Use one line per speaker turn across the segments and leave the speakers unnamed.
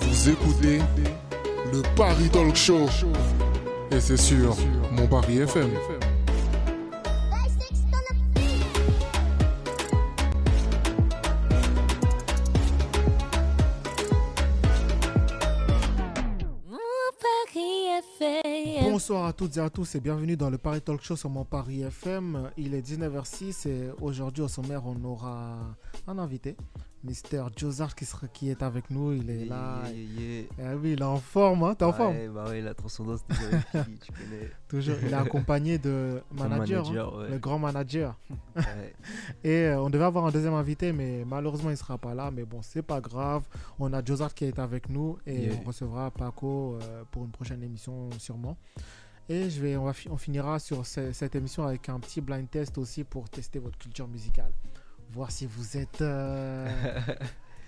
Vous écoutez le Paris Talk Show. Et c'est sur mon Paris FM.
Bonsoir à toutes et à tous et bienvenue dans le Paris Talk Show sur mon Paris FM. Il est 19h06 et aujourd'hui au sommaire on aura un invité, Mister Josar qui, sera- qui est avec nous. Il est là.
Yeah, yeah, yeah.
Eh oui, il est en forme, hein, t'es en
Ouais,
forme.
bah ouais, la transcendance des Olympiques, tu connais.
Toujours. Il est accompagné de
Ton
manager, hein,
manager, ouais.
le grand manager.
Ouais.
Et euh, on devait avoir un deuxième invité, mais malheureusement il sera pas là. Mais bon, c'est pas grave. On a Josar qui est avec nous et
Yeah.
on recevra Paco euh, pour une prochaine émission sûrement. Et je vais, on, va fi- on finira sur ce- cette émission avec un petit blind test aussi pour tester votre culture musicale, voir si vous êtes euh,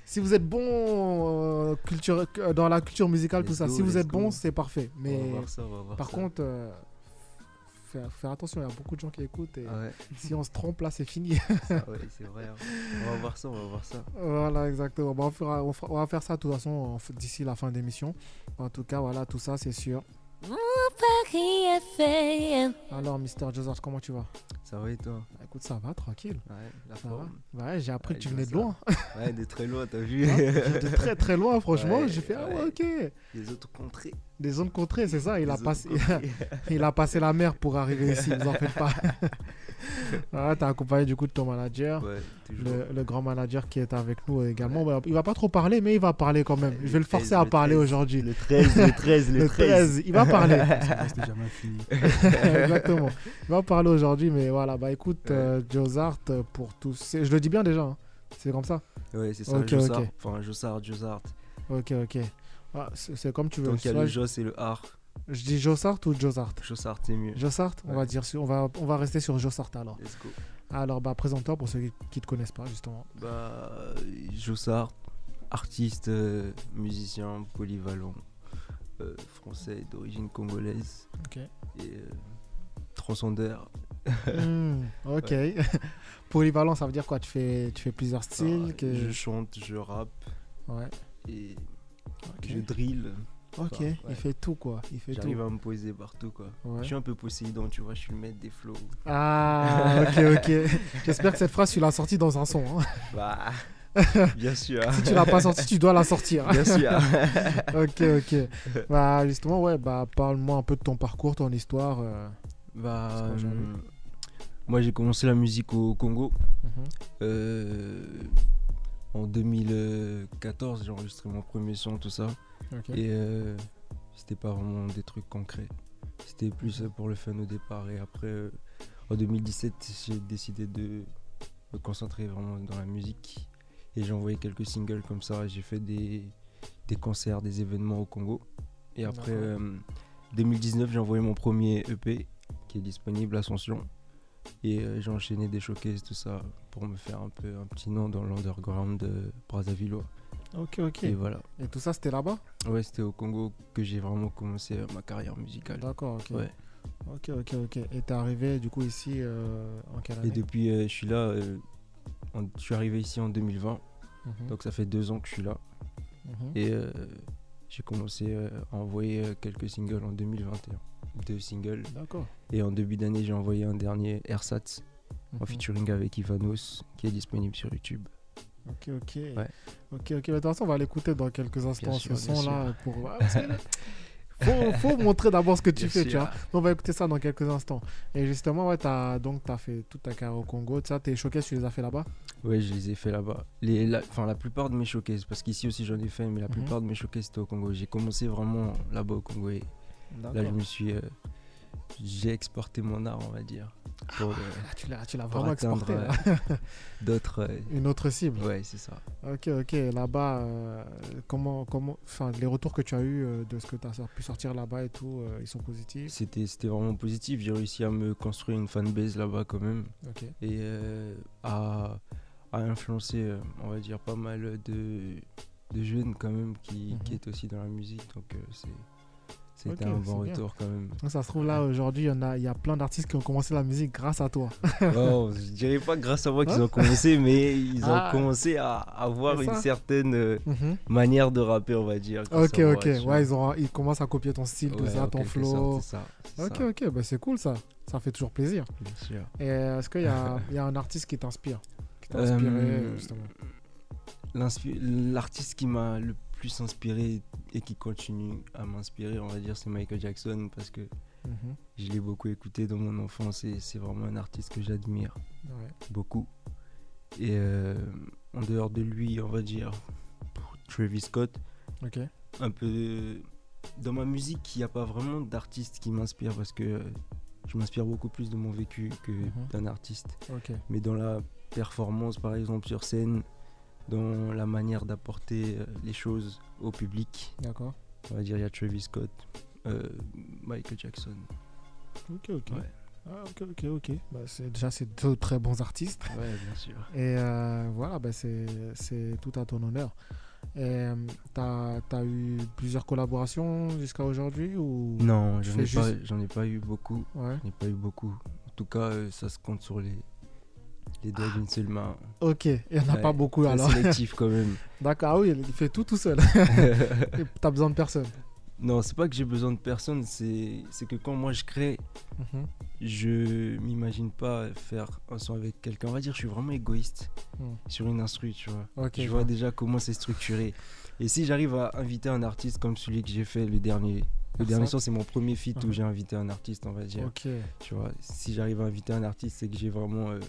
si vous êtes bon euh, culture euh, dans la culture musicale tout
Let's
ça.
go,
si vous
let's
êtes bon,
go.
c'est parfait. Mais
On va voir ça, on va voir
par
ça.
contre, euh, faire, faire attention, il y a beaucoup de gens qui écoutent et
Ah ouais,
si on se trompe là, c'est fini.
ça, ouais, c'est vrai. hein. On va voir ça, on va voir ça.
Voilà, exactement. Bah, on, fera- on fera- on va faire ça de toute façon en f- d'ici la fin de l'émission. En tout cas, voilà, tout ça, c'est sûr. Alors, Mister Joseph, comment tu vas
Ça va et toi
Bah, Écoute, ça va, tranquille.
Ouais, la
Ça va.
forme.
Ouais, j'ai appris
Ouais,
que tu
je
venais de
vois ça.
loin.
Ouais, de très loin, t'as vu
de très très loin, franchement.
Ouais,
j'ai fait, ah ouais, ok.
Les autres contrées.
Des zones contrées, c'est ça. Ah, Il
les
a,
autres
passé,
contrées.
il a passé la mer pour arriver ici, vous en faites pas. voilà, t'es accompagné du coup de ton manager.
ouais, toujours.
Le, euh, le grand manager qui est avec nous également, Bah, il va pas trop parler, mais il va parler quand même.
Ouais,
Je vais le
le
forcer
13,
à
le
parler
13.
aujourd'hui.
Le 13, le 13,
Le 13, il va parler.
Ça reste jamais fini.
Exactement. On va en parler aujourd'hui, mais voilà. Bah écoute,
Ouais.
euh, Jozart, euh, pour tous. c'est- Je le dis bien déjà. hein. C'est comme ça.
Ouais, c'est ça,
Ok,
Jossard.
ok.
Enfin, Jossard, Jossard.
Ok, ok. Ah, c'est c'est comme tu veux.
Tant qu'il y a
Soit
le
je,
Joss et le Art,
je dis Jozart ou Jozart
Jossard, c'est mieux.
Jozart on, va
Ouais.
dire, sur- on, va, on va rester sur Jozart alors.
Let's go.
Alors, bah présente-toi pour ceux qui- qui te connaissent pas, justement.
Bah, euh, Jossard, artiste, euh, musicien, polyvalent, euh, français d'origine congolaise
Ok.
et euh, transcendeur.
Hmm, ok. Polyvalent, ça veut dire quoi tu fais, tu fais plusieurs styles
Enfin,
que...
Ah, Je chante, je rappe
Ouais.
et
Ok.
je drill.
Ok,
ouais.
il fait tout quoi. Il fait tout.
J'arrive à me poser partout quoi.
Ouais.
Je suis un peu Poséidon, tu vois, je suis le maître des flows.
Ah, ok, ok. J'espère que cette phrase, tu l'as sortie dans un son. hein.
Bah, bien sûr.
Si tu l'as pas sortie, tu dois la sortir.
Bien sûr.
ok, ok. Bah, justement, ouais, bah, parle-moi un peu de ton parcours, ton histoire. euh. C'est
bah,
quoi, j'en ai
euh, moi j'ai commencé la musique au Congo.
Mhm.
Euh, en 2014, j'ai enregistré mon premier son, tout ça.
Ok.
Et euh, c'était pas vraiment des trucs concrets. C'était plus euh, pour le fun au départ. Et après, euh, en 2017, j'ai décidé de me concentrer vraiment dans la musique. Et j'ai envoyé quelques singles comme ça. J'ai fait des, des concerts, des événements au Congo. Et après,
D'accord.
euh, 2019, j'ai envoyé mon premier EP qui est disponible, Ascension. Et euh, j'ai enchaîné des showcases, tout ça, pour me faire un peu un petit nom dans l'underground euh, brassavillois.
Ok, ok.
Et voilà.
Et tout ça, c'était là-bas
Ouais, c'était au Congo que j'ai vraiment commencé euh, ma carrière musicale.
D'accord, ok.
Ouais.
Ok, ok, ok. Et t'es arrivé du coup ici euh, en quelle année
Et depuis, euh, je suis là. euh, en- je suis arrivé ici en 2020,
Mhm,
donc ça fait deux ans que je suis là.
mhm.
Et euh, j'ai commencé euh, à envoyer euh, quelques singles en 2021. Deux singles.
D'accord.
Et en début d'année, j'ai envoyé un dernier AirSat en
Mhm.
featuring avec Ivanos qui est disponible sur YouTube.
Ok, ok.
Ouais.
Ok, ok. Mais De toute façon, on va l'écouter dans quelques instants
sûr,
ce
bien
son-là. Pour... Ouais, parce que- faut, faut montrer d'abord ce que tu
Bien
fais,
sûr.
tu vois. On va écouter ça dans quelques instants. Et justement, ouais, t'as donc t'as fait toute ta carrière au Congo, tu sais, tes showcases, tu les as fait là-bas.
Ouais, je les ai fait là-bas. Les- la- Enfin, la, plupart de mes showcases, parce qu'ici aussi j'en ai fait, mais la
Mhm.
plupart de mes showcases c'était au Congo. J'ai commencé vraiment là-bas au Congo et Là, je me suis. euh, j'ai exporté mon art, on va dire. Pour, euh,
Ah, tu l'as, tu l'as
pour
vraiment
atteindre
exporté. là.
euh, d'autres. euh,
Une autre cible.
ouais, c'est ça.
Ok, ok. Là-bas, euh, comment, comment, enfin, les retours que tu as eu de ce que tu as pu sortir là-bas et tout, euh, ils sont positifs.
C'était, c'était vraiment positif. J'ai réussi à me construire une fanbase là-bas quand même.
Ok.
Et euh, à, à influencer, euh, on va dire, pas mal de, de jeunes quand même qui, qui
Mhm.
étaient aussi dans la musique. Donc euh, c'est, C'était
Ok,
un bon
c'est bien.
retour quand même.
Donc, ça se trouve là aujourd'hui, il y en a, il y a plein d'artistes qui ont commencé la musique grâce à toi.
Oh, je dirais pas grâce à moi qu'ils ont commencé, mais ils ont
Hein Ah.
commencé à avoir
C'est
une
ça.
certaine euh,
Mhm.
manière de rapper, on Ah, va dire. grâce
Ok,
à moi,
ok.
tu vois.
Ouais, ils, ont, ils commencent à copier ton style, tout
Ouais,
ça,
en
ton
quelque
flow.
sorte, c'est ça, c'est
Ok,
ça,
ok, bah c'est cool ça. Ça fait toujours plaisir.
bien sûr.
Et est-ce qu'il y a, il y a un artiste qui t'inspire Qui t'a inspiré,
Euh,
justement
L'inspi- L'artiste qui m'a le plus inspiré et qui continue à m'inspirer, on va dire, c'est Michael Jackson parce que
Mhm.
je l'ai beaucoup écouté dans mon enfance et c'est vraiment un artiste que j'admire
Ouais.
beaucoup. Et euh, en dehors de lui, on va dire Travis Scott,
Ok.
un peu dans ma musique, il n'y a pas vraiment d'artiste qui m'inspire parce que euh, je m'inspire beaucoup plus de mon vécu que
Mhm.
d'un artiste.
Ok.
mais dans la performance par exemple sur scène, dans la manière d'apporter euh, les choses au public.
D'accord.
On va dire il y a Travis Scott, euh, Michael Jackson.
Ok, ok.
Ouais.
Ah, ok, ok, ok. Bah, c'est, déjà, c'est deux très bons artistes.
Ouais, bien sûr.
Et euh, voilà, bah, c'est, c'est tout à ton honneur. Et euh, t'as, t'as eu plusieurs collaborations jusqu'à aujourd'hui ou...
Non,
Tu
j'en
fais
ai, pas-
juste-
j'en ai pas eu beaucoup.
Ouais.
J'en ai pas eu beaucoup. En tout cas, euh, ça se compte sur les, les doigts d'une seule main.
Ok, il n'y en a
Ouais,
pas beaucoup
très
Ah. alors.
sélectif quand même.
D'accord, ah oui, il fait tout tout seul. Et T'as besoin de personne.
non, c'est pas que j'ai besoin de personne, c'est c'est que quand moi je crée,
Mhm.
je m'imagine pas faire un son avec quelqu'un. On va dire, je suis vraiment égoïste
Hmm.
sur une instru, tu vois.
Ok.
je vois déjà comment c'est structuré. Et si j'arrive à inviter un artiste comme celui que j'ai fait le dernier, le
Personne.
dernier son, c'est mon premier feat où
Mhm.
j'ai invité un artiste, on va dire.
Ok.
Tu vois, si j'arrive à inviter un artiste, c'est que j'ai vraiment euh,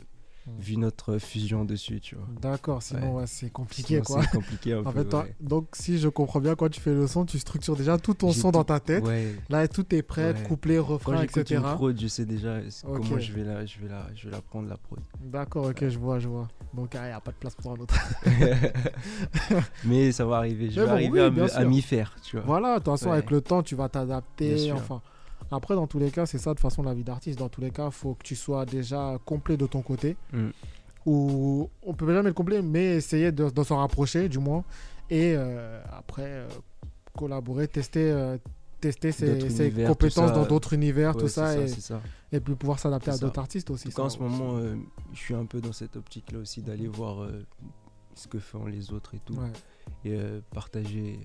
Mhm.
vu notre fusion dessus, tu vois.
D'accord, sinon ouais, c'est compliqué
Sinon,
quoi.
C'est compliqué un
En
peu.
fait, toi-
ouais.
donc si je comprends bien, quand tu fais le son, tu structures déjà tout ton
J'ai
son
tout-
dans ta tête.
Ouais.
Là, tout est prêt,
Ouais.
couplé,
Quand
refrain,
j'écoute une
etc.
prod, je sais déjà euh,
Ok.
comment je vais la, je vais la, je vais la prendre la prod.
D'accord, ok, je vois, je vois. Donc, il n'y a pas de place pour un autre.
Mais ça va arriver. Je
Mais
vais
bon,
arriver
oui,
à
bien
me- à
sûr.
m'y faire, tu vois.
Voilà, de toute façon,
Ouais.
avec le temps, tu vas
Bien
t'adapter.
sûr.
Enfin, après, dans tous les cas, c'est ça, de toute façon, la vie d'artiste. Dans tous les cas, faut que tu sois déjà complet de ton côté.
Mm.
Ou on peut jamais le complet, mais essayer de, de s'en rapprocher, du moins. Et euh, après, euh, collaborer, tester. euh, tester ses,
D'autres
ses
univers, tout
compétences
ça.
dans d'autres univers,
Ouais,
tout
c'est
ça, et,
c'est ça.
et puis pouvoir s'adapter
C'est
à
ça.
d'autres artistes aussi.
Donc en
ça,
ce moment, euh, je suis un peu dans cette optique-là aussi d'aller voir euh, ce que font les autres et tout,
Ouais.
et euh, partager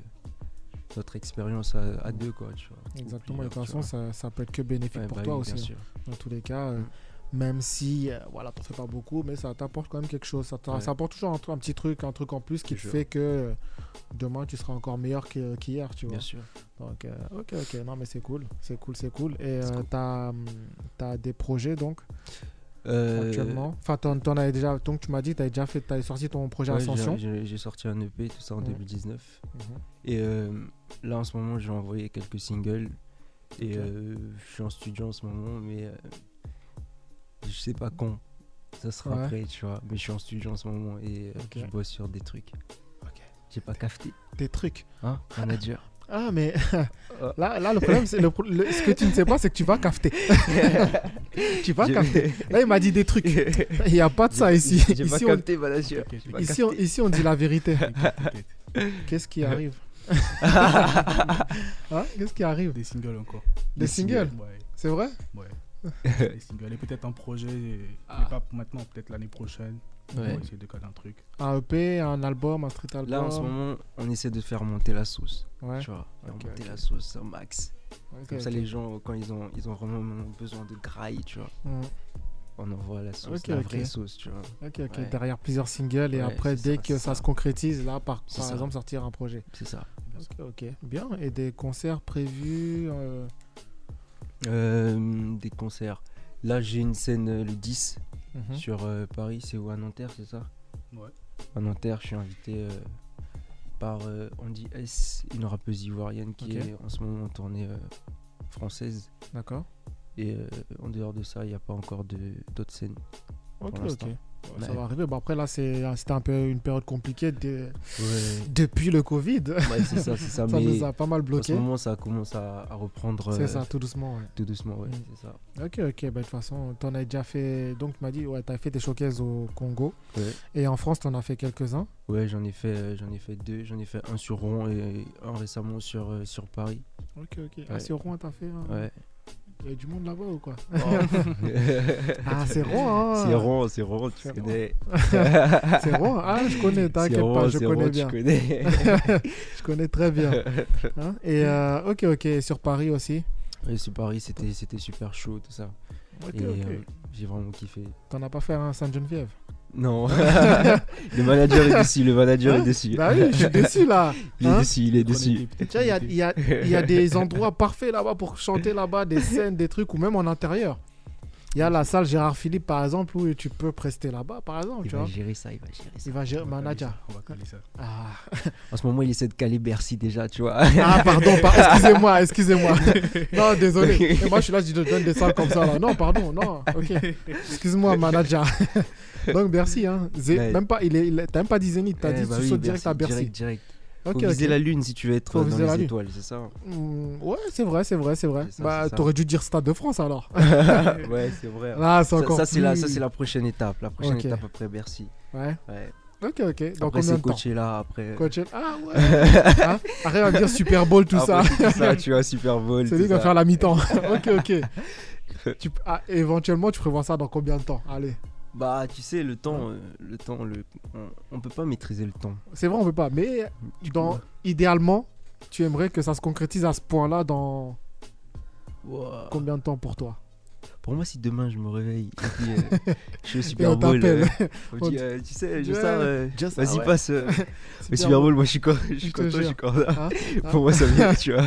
notre expérience à, à deux, quoi, tu vois. ou
Exactement, et de toute
plusieurs,
façon,
tu
ça, ça peut être que bénéfique
vois. Ouais,
pour
bah
toi
oui,
aussi.
bien
hein.
sûr.
Dans tous les cas, euh, même si, euh, voilà, t'en fais pas beaucoup, mais ça t'apporte quand même quelque chose. Ça, t'a-
Ouais.
ça apporte toujours un, tru- un petit truc, un truc en plus qui te
Toujours.
fait que euh, demain, tu seras encore meilleur que- qu'hier, tu vois.
Bien sûr.
Donc, euh, ok, ok, non, mais c'est cool, c'est cool, c'est cool. Et
C'est
euh,
cool.
t'as hum, t'as des projets, donc,
Euh,
actuellement Enfin, t'en t'en avais déjà, donc tu m'as dit, t'avais déjà fait, t'avais sorti ton projet
Euh, ouais, j'ai-
Ascension.
j'ai j'ai sorti un EP, tout ça en
Ouais.
2019.
Mhm.
Et euh, là, en ce moment, j'ai envoyé quelques singles. Et
Ok.
euh, je suis en studio en ce moment, mais euh, je sais pas quand. Ça sera
Ouais.
après, tu vois. Mais je suis en studio en ce moment et euh,
Ok.
je bosse sur des trucs.
Ok.
J'ai pas cafeté.
Des trucs.
Hein Manager.
Ah, mais
Euh.
là, là, le problème, c'est le, pro- le- ce que tu ne sais pas, c'est que tu vas cafeter. tu vas
J'ai-
cafeter. Là, il m'a dit des trucs. Il n'y a pas de ça ici.
J'ai pas
Ici, on,
capté, manager.
T'inquiète,
J'ai pas
ici, on,
Bah, capté.
ici, on dit la vérité.
t'inquiète, t'inquiète.
Qu'est-ce qui arrive Hein Qu'est-ce qui arrive
Des singles encore.
Des singles,
Ouais,
c'est vrai
ouais. Des singles. Et peut-être un projet,
Ah.
mais pas maintenant, peut-être l'année prochaine. On
Ouais.
va essayer de caler un truc.
Un EP, un album, un street album.
Là, en ce moment, on essaie de faire monter la sauce.
Ouais.
Tu vois, faire
Ok,
monter
ok.
la sauce au max.
Ok,
Comme ça,
ok.
les gens, quand ils ont, ils ont vraiment besoin de graille, tu vois,
Mm.
on envoie la sauce,
Ok,
la
ok.
vraie sauce, tu vois.
Ok, ok.
Ouais.
Derrière plusieurs singles et
Ouais,
après,
c'est
dès
ça,
que ça,
c'est ça.
se concrétise, là, par,
C'est
par
ça.
exemple, sortir un projet.
C'est ça.
Ok, ok. Bien. Et des concerts prévus euh,
Euh, des concerts. Là, j'ai une scène euh, le 10
mhm.
sur euh, Paris, c'est où à Nanterre, c'est ça
Ouais.
À Nanterre, je suis invité euh, par euh, Andy S, une rappeuse ivoirienne qui
Ok.
est en ce moment en tournée euh, française.
D'accord.
Et euh, en dehors de ça, il n'y a pas encore de- d'autres scènes.
Ok, ok.
l'instant.
Ouais, Ça
Ouais.
va arriver. Bah, après, là, c'est- c'était un peu une période compliquée de-
Ouais,
depuis le Covid.
ouais, c'est ça, c'est ça.
ça
Ah, mais
nous a pas mal
en ce
bloqué.
moment, ça commence à, à reprendre euh,
C'est ça, tout doucement. ouais.
tout doucement. Ouais,
Mm.
c'est ça.
Ok, ok. Bah, De toute façon, t'en as déjà fait. Donc, tu m'as dit, ouais, t'as fait des showcases au Congo.
Ouais,
Et en France, t'en as fait quelques-uns.
Ouais, j'en ai fait, euh, j'en ai fait deux. J'en ai fait un sur Rouen et un récemment sur euh, sur Paris.
Ok, ok. Ah,
Ouais.
c'est Rouen, t'as fait. hein
Ouais.
Il y a du monde là-bas ou quoi
c'est
Ah, c'est Rouen. hein.
rond, c'est rond, tu
C'est
connais.
C'est Rouen. Ah, je connais, t'inquiète
C'est rond,
pas, je
c'est
connais
rond,
bien.
Tu connais.
Je connais très bien. Hein Et euh, ok, ok, sur Paris aussi.
Et sur Paris, c'était c'était super chaud, tout ça.
Ok,
et
ok.
euh, j'ai vraiment kiffé.
T'en as pas fait un Sainte-Geneviève
Non. le manager est dessus, le manager
Hein
est dessus.
Bah oui, je suis déçu là.
Il est
hein
dessus, il est dessus.
Tu vois, il y a, il y a- il y a des endroits parfaits là-bas pour chanter là-bas, des scènes, des trucs, ou même en intérieur. Il y a la salle Gérard Philippe, par exemple, où tu peux prester là-bas, par exemple,
Il
tu
va
vois.
gérer ça, il va gérer ça.
Il va gérer
On va caler
manager.
ça, On va caler ça.
Ah,
En ce moment, il essaie de caler Bercy déjà, tu vois.
Ah, pardon, par- excusez-moi, excusez-moi. Non, désolé. Et moi, je suis là, je te donne des salles comme ça. Là. Non, pardon, non, ok. Excuse-moi, manager. Donc, Bercy, hein. Zé-
Ouais.
Même pas, il est, il est- t'as même pas dit Zénith, t'as
Eh,
dit
bah
tu
oui,
sautes direct à Bercy.
Direct, direct.
Ok,
Faut
ok.
viser la lune si tu veux être
Faut viser
dans
la
les
lune.
étoiles, c'est ça hein.
Hmm, ouais, c'est vrai, c'est vrai, c'est vrai.
C'est ça,
bah,
c'est ça.
t'aurais dû dire Stade de France alors.
Ouais, c'est vrai.
hein.
Là, Ah, c'est
Ça,
encore.
ça, c'est la, ça,
plus-
c'est la prochaine étape. La prochaine
Ok.
étape après Bercy.
Ouais.
Ouais.
Ok, ok. Dans
après,
combien
c'est
de temps
Coachella. Après,
Coachella. Ah ouais. Hein Arrête à me dire Super Bowl, tout ça.
Après, c'est tout ça, tu vois, Super Bowl.
C'est
tout
lui qui va
ça.
faire la mi-temps. ok, ok. tu, p- ah, éventuellement, tu prévois ça dans combien de temps Allez.
Bah, tu sais, le temps, euh, le temps, le... On, on peut pas maîtriser le temps.
C'est vrai, on peut pas. Mais dans, idéalement, tu aimerais que ça se concrétise à ce point-là dans combien de temps pour toi
Pour moi, si demain je me réveille et puis euh, je suis au
Et
Super
on
Bowl,
t'appelle.
euh, on
On
dit,
te-
euh, tu sais, je
Ouais,
ça, euh,
Just-
vas-y
ah ouais.
passe euh, au
Super
Super
Bowl.
Bowl. Moi, je suis con- je suis
Je te
content, je suis
jure.
content.
Hein
Pour moi, ça vient, tu vois.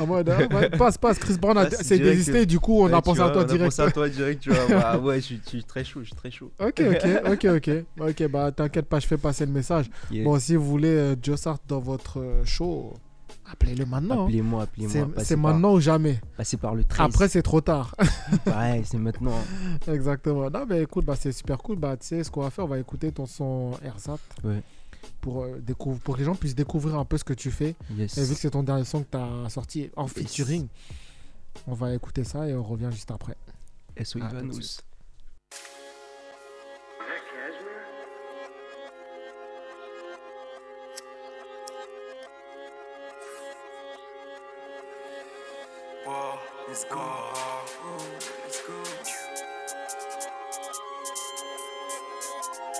En mode, ah, ouais, passe, passe. Chris Brown a-
Passe
s'est
Ah, direct.
désisté, du coup, on
Ouais,
a
tu
pensé à
vois,
toi
on a
direct.
pensé à toi direct, tu vois. Bah, ouais, je suis- je suis très chaud, je suis très chaud.
Ok, ok, ok, ok. Ok, bah t'inquiète pas, je fais passer le message.
Yeah.
Bon, si vous voulez euh, Jossart dans votre euh, show, appelez-le maintenant. hein.
Appelez-moi, appelez-moi.
C'est
passez
c'est
par-
maintenant ou jamais.
Passez par le 13.
Après, c'est trop tard.
Ouais, c'est maintenant.
Exactement. Non, mais écoute, bah, c'est super cool. Bah, tu sais, ce qu'on va faire, on va écouter ton son Airsat.
Ouais.
Pour, euh, découvre- pour que les gens puissent découvrir un peu ce que tu fais.
Yes.
Et vu que c'est ton dernier son que tu as sorti en
Yes.
featuring, on va écouter ça et on revient juste après.
SO
Ah, tout de
Ivanos.
suite.
Whoa, let's go. Let's go.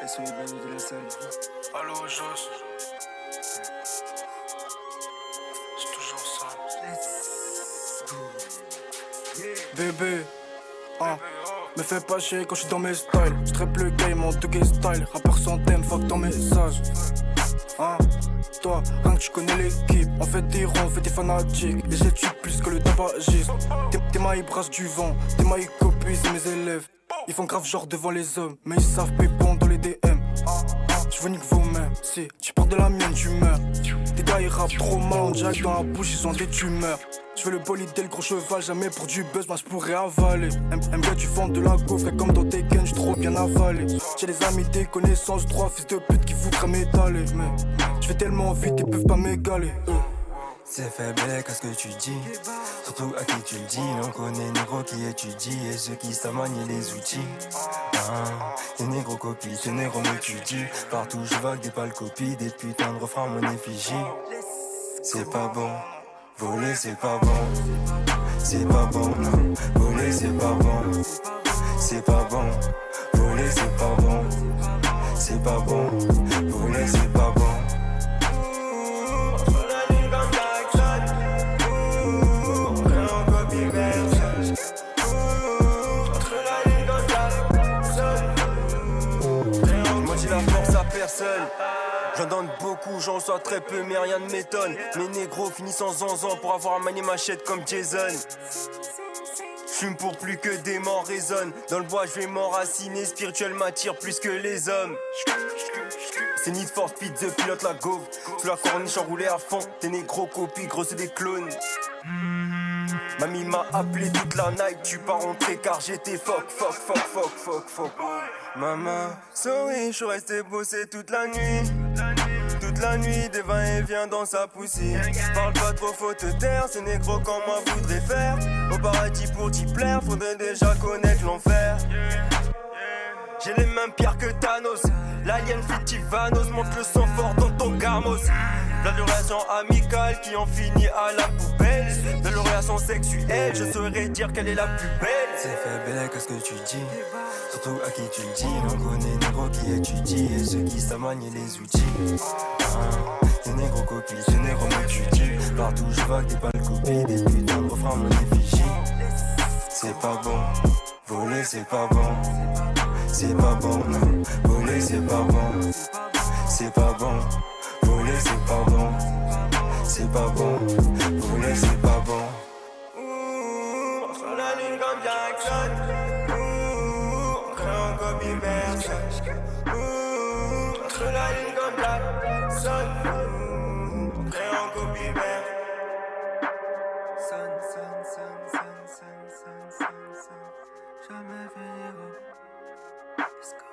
Et soyez bienvenus de la salle. Allô, Jos. C'est toujours ça. Let's go. Bébé. Ah. Me fais pas chier quand je suis dans mes styles. Je trappe le game en tout gay style. Rappeur sans thème, fuck ton message. Hein? Toi, rien que tu connais l'équipe. On fait des ronds, on fait des fanatiques. Et je les tue plus que le tabagiste. Tes, tes mailles brassent du vent, tes mailles copient c'est mes élèves. Ils font grave genre devant les hommes, mais ils savent pépon dans les DM. Je vous nique vos mains, si tu pars de la mienne, tu meurs. Tes gars ils rappent trop mal, on jack dans la bouche, ils ont des tumeurs. Je veux le bolide, le gros cheval, jamais pour du buzz, moi je pourrais avaler. M, M gars, tu vends de la gaufre, et comme dans Tekken, je trop bien avalé. J'ai des amis, des connaissances, trois fils de pute qui voudraient m'étaler. Mais je vais tellement vite, ils peuvent pas m'égaler. eux.
C'est faible, qu'est-ce que tu dis Surtout à qui tu le dis On connaît Négro qui étudie Et ceux qui savent manier les outils ah, Des négros copies, des négros m'étudient Partout je vague des pâles copies Des putains de refrains à mon effigie C'est pas bon Voler c'est pas bon C'est pas bon Voler c'est pas bon C'est pas bon Voler c'est pas bon C'est pas bon Voler c'est pas bon
Moi j'ai la force à personne. J'en donne beaucoup, j'en sois très peu, mais rien ne m'étonne. Mes négros finissent en zanzan pour avoir manié machette comme Jason. Fume pour plus que des morts résonnent. Dans le bois, je vais m'enraciner. Spirituel m'attire plus que les hommes. C'est Need for Speed, The Pilote, la gauve. Sous la corniche enroulée à fond. Tes négros copies, gros, c'est des clones. Mamie m'a appelé toute la night. Tu pars rentrer car j'étais fuck, fuck, fuck, fuck, fuck, fuck. Maman, sorry, je suis resté bosser toute la nuit. Toute la nuit, des vins et vient dans sa poussière. Parle pas trop, faut te taire. Ces négros comme moi voudraient faire. Au paradis pour t'y plaire, faudrait déjà connaître l'enfer. J'ai les mêmes pierres que Thanos. L'alien fictive Vanos monte le sang fort dans ton garmos. L'alluration amicale qui en finit à la poubelle. L'alluration sexuelle, je saurais dire qu'elle est la plus belle. C'est faible, hein, qu'est-ce que tu dis Surtout à qui tu le dis, l'on connaît les négros qui étudient et ceux qui s'amanier les outils. Ah, des négros copies, des négros me tu dis. Partout je vois que t'es pas le copie, des putains de refrains mon effigie. C'est pas bon, voler c'est pas bon. C'est pas bon, non. voler c'est pas bon. C'est pas bon, voler c'est pas bon. C'est pas bon, voler c'est pas bon. Ouh, on se la ligne comme Jackson. Ouh, on crée un copie personne. Ouh, on se la ligne comme Jackson. Ouh, on crée un copie personne. Sun, sun, sun, sun, sun, sun, sun, sun. Jamais finiront. Let's go.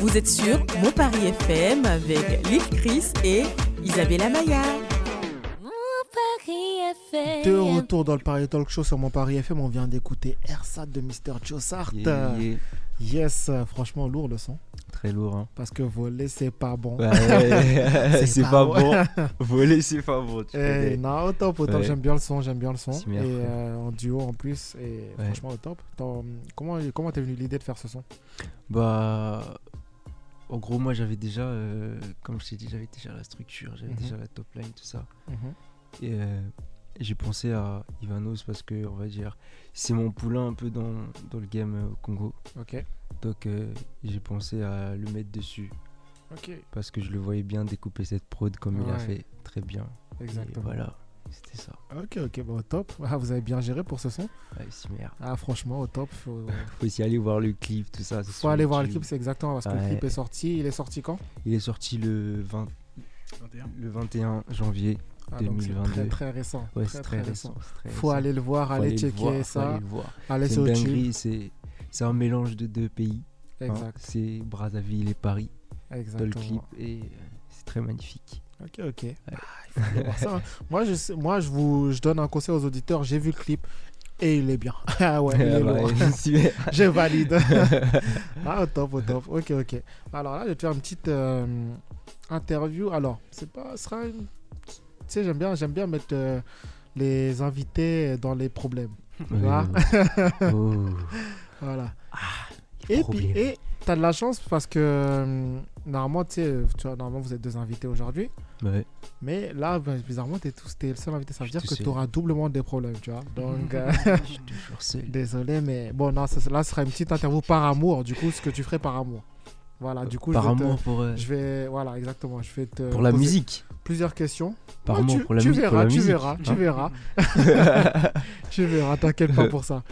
Vous êtes sur Mon Paris FM avec Liv Chris et Isabella Maya.
De retour dans le Paris Talk Show sur mon Paris FM, on vient d'écouter Ersat de Mr. Jossart.
Yeah, yeah.
Yes, euh, franchement lourd le son.
Très lourd, hein.
Parce que voler, c'est pas bon.
Ouais, ouais, c'est pas,
bon.
bon. Voler, c'est pas bon. Tu
Eh,
connais.
non, au top, au top.
Ouais.
J'aime bien le son, j'aime bien le son.
C'est
Et
bien, frère.
euh, en duo en plus. Et
Ouais.
franchement, au top. T'en- Comment comment t'es venu l'idée de faire ce son
Bah. En gros, moi, j'avais déjà. euh, comme je t'ai dit, j'avais déjà la structure, j'avais
Mhm.
déjà la top line, tout ça. Et euh, j'ai pensé à Ivanos parce que, on va dire, c'est mon poulain un peu dans, dans le game euh, au Congo.
Ok.
Donc, euh, j'ai pensé à le mettre dessus
Ok.
parce que je le voyais bien découper cette prod comme il a
Ouais.
fait très bien. Et
Exactement.
voilà, c'était ça.
Ok, ok, bah, au top. Ah, vous avez bien géré pour ce son
Ouais, c'est merde.
Ah, franchement, au top. Faut,
Faut aussi aller voir le clip, tout ça. c'est
faut
sur
aller voir le
YouTube.
clip, c'est exactement parce que le
Ouais.
clip est sorti. Il est sorti quand
Il est sorti le, 20,
21.
le 21 janvier.
Ah, donc c'est
2022.
Très, très récent.
Ouais, c'est très récent. c'est très
Faut
récent.
aller le voir,
Faut
aller
le
checker
voir, faut
ça,
aller le voir.
aller
C'est une
sur YouTube.
dinguerie, hein. c'est c'est un mélange de deux pays. hein.
Exact,
C'est Brazzaville et Paris
exactement.
dans le clip et euh, c'est très magnifique.
Ok, ok. Bah, il faut aller voir ça, hein. Moi, je, sais- moi je, vous, je donne un conseil aux auditeurs. J'ai vu le clip et il est bien. ah ouais, il est
Ah bah,
lourd.
c'est merde.
je valide. ah, au top, au top. Ok, ok. Alors là, je vais te faire une petite euh, interview. Alors, c'est pas, ce sera une... Tu sais, j'aime bien, j'aime bien mettre euh, les invités dans les problèmes.
Ouais,
vois
ouais, ouais. Oh,
Voilà.
les
et puis,
problèmes.
et t'as de la chance parce que euh, normalement, tu sais, tu vois, normalement, vous êtes deux invités aujourd'hui.
ouais.
Mais là, ben, bizarrement, t'es tous- t'es le seul invité. Ça veut
Je suis
dire que
tout
tu auras doublement des problèmes, tu vois. Donc, euh,
Je suis toujours seul.
désolé, mais bon, non, ça- là, ce sera une petite interview par amour. Du coup, ce que tu ferais par amour. Voilà, Ah, du coup,
par
je vais te-
amour pour, euh,
Je vais, voilà, exactement. Je vais te
pour la
poser
musique.
Plusieurs questions.
Par
Ouais,
amour
tu,
pour la
tu
musique. pour
verras,
la
tu
musique,
verras, tu
hein.
verras, tu verras. T'inquiète pas pour ça.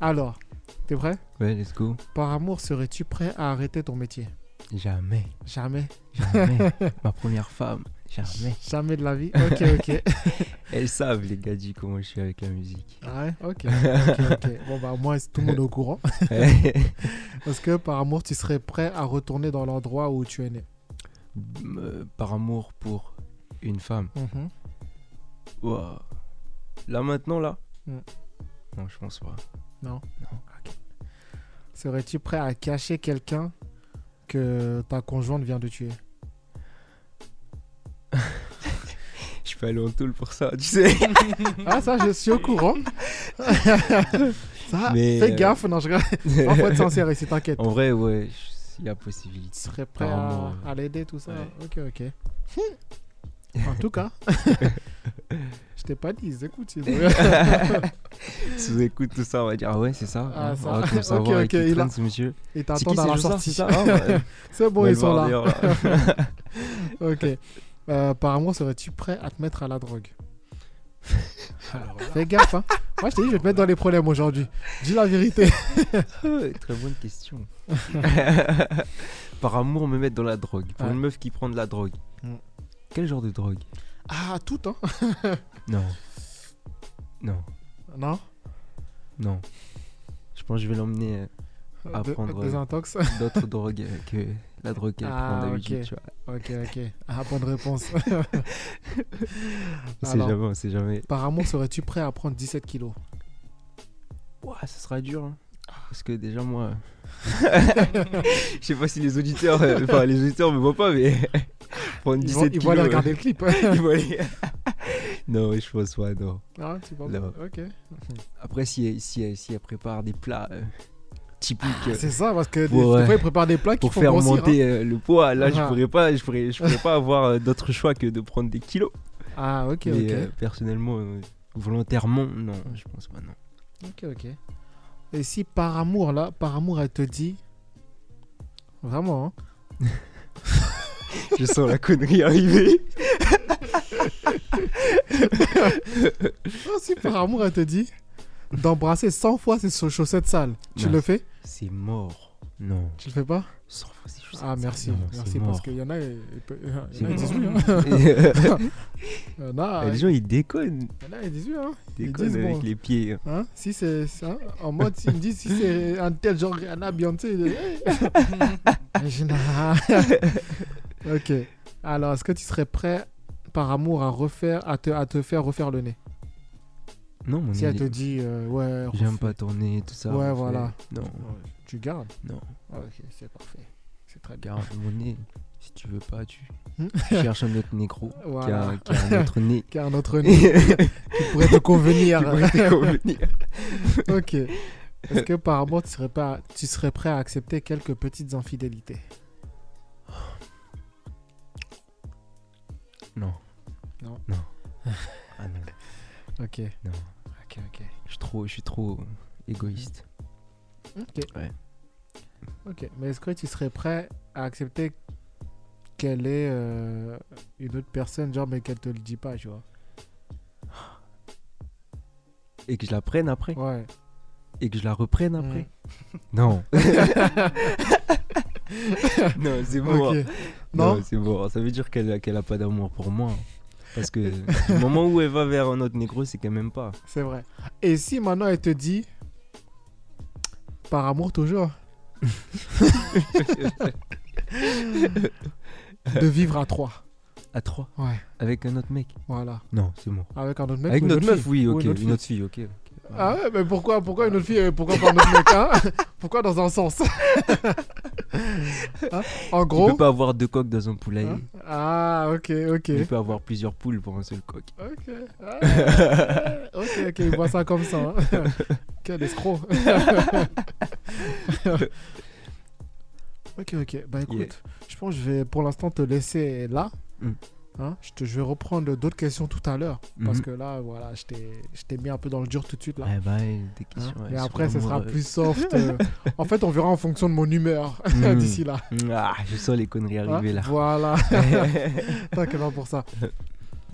Alors, t'es prêt
ouais, let's go.
Par amour, serais-tu prêt à arrêter ton métier
Jamais,
Jamais,
jamais. Ma première femme, jamais.
jamais de la vie. Ok, ok.
Elles savent, les gars, dit comment je suis avec la musique.
Ah ouais, ok, ok, ok. Bon bah, moi, tout le monde est au courant. Est-ce que par amour, tu serais prêt à retourner dans l'endroit où tu es né
Euh, par amour pour une femme.
Mhm.
Ouah. Là maintenant là
Mm.
Non je pense pas.
Serais-tu prêt à cacher quelqu'un que ta conjointe vient de tuer
Je peux aller en tôle pour ça, tu sais.
Ah ça, je suis au courant. ça,
Mais,
fais
euh,
gaffe, non, je rigole. En faut être sincère ici, t'inquiète.
en vrai ouais, il y a
Tu
possibilité.
serais prêt
Par
à,
amour, ouais.
à l'aider, tout ça
Ouais.
Ok, ok. en tout cas, je t'ai pas dit, ils écoutent. ils ont-
Si vous écoutez tout ça, on va dire ah ouais c'est ça.
Ah,
hein.
ça.
On va comme ça
Ok,
voir
ok,
avec qui
il
traîne
a-
ce monsieur.
Ils
C'est
t'attendent
qui
à
c'est
la
Jossard,
sortie.
c'est ça Ah, ouais.
C'est
On
bon,
va
ils
le
sont
voir
là.
dehors, là.
Ok. Euh, par amour, serais-tu prêt à te mettre à la drogue
Alors là,
Fais gaffe, hein. Moi, je t'ai dit, je vais te mettre dans les problèmes aujourd'hui. Dis la vérité.
Euh, Très bonne question. Par amour me mettre dans la drogue. Pour
Ouais.
une meuf qui prend de la drogue.
Mm.
Quel genre de drogue
Ah, tout, hein
Non. Non.
Non
Non. Je pense que je vais l'emmener euh,
De-
Apprendre,
Des
ouais.
intox
d'autres drogues euh, que la drogue qu'elle
Ah,
prend d'habitude,
ok.
tu vois.
Ok, ok. Ah, bonne réponse.
On sait
Alors.
jamais, on sait jamais.
Par amour, serais-tu prêt à prendre 17 kilos
Ouah, ça sera dur. hein. parce que déjà moi, je sais pas si les auditeurs, euh, enfin les auditeurs me voient pas, mais prendre
Ils vont,
17
ils vont aller
kilos,
regarder le clip.
euh, ils vont aller- non, ouais, je pense pas, non.
Ah, tu penses
Non.
Ok.
Après, si elle, si elle- si elle prépare des plats euh, typiques euh,
Ah, C'est ça, parce que des,
Pour,
des
euh,
fois, ils préparent des plats qui
pour
font
faire
grossir, hein.
monter euh, le poids, là, je
Ah.
pourrais pas, je pourrais, je pourrais pas avoir euh, d'autre choix que de prendre des kilos.
hein. Ah, ok,
mais
ok.
euh, personnellement, euh, volontairement, non, je pense pas, non.
Ok, ok. Et si par amour, là, par amour, elle te dit. Vraiment, hein
Je sens la connerie arriver.
Non, si par amour, elle te dit d'embrasser 100 fois ses cha- chaussettes sales, tu
Non.
le fais
C'est mort. Non.
Tu le fais pas
Sans fois, c'est juste-
Ah, merci.
Non,
merci,
c'est
parce
mort.
qu'il y en a, ils pe- il y en a,
C'est
ils disent oui.
mort.
hein.
Et-
Il y en a,
Ah, les gens ils déconnent,
il y en a, ils disent oui, hein.
ils
Ils
déconnent
disent,
avec
bon.
les pieds.
Hein si c'est ça, en mode, ils me disent si c'est un tel genre Rihanna, Beyoncé. je- Je n'ai- ok. Alors, est-ce que tu serais prêt, par amour, à refaire, à te, à te faire refaire le nez
Non, mon
Si elle
ami,
te dit, euh, ouais,
j'aime
refais-
pas tourner, tout ça.
Ouais,
on fait-
voilà.
Non,
Tu gardes
Non.
Ah, ok, c'est parfait. C'est très bien.
garde mon nez. Si tu veux pas, tu
Hmm.
cherches un autre négro qui
Voilà.
a- qui a un autre nez.
Car notre nez pourrait te convenir.
Qui pourrait te convenir.
ok. Est-ce que par amour, tu serais, pas, tu serais prêt à accepter quelques petites infidélités
Non.
Non.
Non. Ah non.
Ok.
Non.
Ok, ok.
Je suis trop, je suis trop égoïste.
Ok.
Ouais.
Ok, mais est-ce que tu serais prêt à accepter qu'elle est euh, une autre personne, genre, mais qu'elle te le dit pas, tu vois
Et que je la prenne après.
Ouais.
Et que je la reprenne après.
Mm.
Non. non, c'est mort.
Ok.
Non,
Non
c'est mort. Ça veut dire qu'elle a- qu'elle a pas d'amour pour moi. Parce que le moment où elle va vers un autre négro, c'est qu'elle m'aime pas.
C'est vrai. Et si maintenant elle te dit, par amour toujours, de vivre à trois
À trois.
Ouais,
Avec un autre mec.
voilà.
Non, c'est mort.
Avec un Ah autre mec
Avec
ou
une autre meuf,
fille
oui,
Ou
ok.
une autre
Une
fille.
autre fille, ok. ok.
Ah ouais, mais pourquoi, pourquoi une autre fille et pourquoi pas un autre mec hein Pourquoi dans un sens Hein En
Tu peux
gros.
pas avoir deux coques dans un poulailler.
hein ah, ok, ok.
Tu peux avoir plusieurs poules pour un seul coq.
Ok. Ah, ok, ok, il voit ça comme ça. hein. Quel escroc. ok, ok. Bah écoute,
Yeah.
je pense que je vais pour l'instant te laisser là.
Mm.
Hein, je, te, je vais reprendre d'autres questions tout à l'heure. Parce
Mhm.
que là, voilà, je t'ai- je t'ai mis un peu dans le dur tout de suite. Là.
Eh ben, des
Hein,
questions. ouais,
mais
sur
après, ce sera
l'amour,
plus soft. euh. en fait, on verra en fonction de mon humeur
Mm.
d'ici là.
euh. Ah, je sens les conneries
Hein,
arriver là.
Voilà. T'inquiète pas pour ça.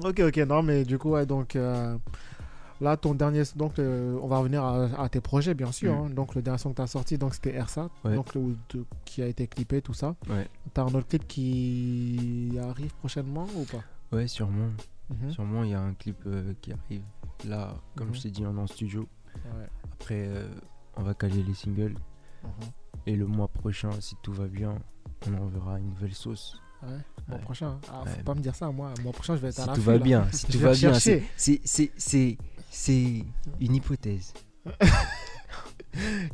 Ok, ok, non, mais du coup, ouais, donc euh, là, ton dernier. Donc, euh, on va revenir à, à tes projets, bien sûr.
Mm.
hein. donc, le dernier son que t'as sorti, donc c'était RSA,
Ouais.
donc, le- de- qui a été clippé, tout ça.
Ouais.
T'as un autre clip qui arrive prochainement ou pas
ouais, sûrement.
Mhm.
Sûrement, il y a un clip euh, qui arrive là, comme
Mhm.
je t'ai dit, on est en studio.
Ouais.
Après, euh, on va caler les singles.
Mhm.
Et le mois prochain, si tout va bien, on enverra une nouvelle sauce.
Ouais. Mois
Ouais.
prochain. hein. Ah, faut
Ouais.
pas me dire ça, moi. Mois prochain, je vais être
Si
à la hein.
tout
feu,
va
là.
bien, si
Je
tout
vais
va bien,
rechercher.
c'est- c'est- c'est c'est- c'est une hypothèse.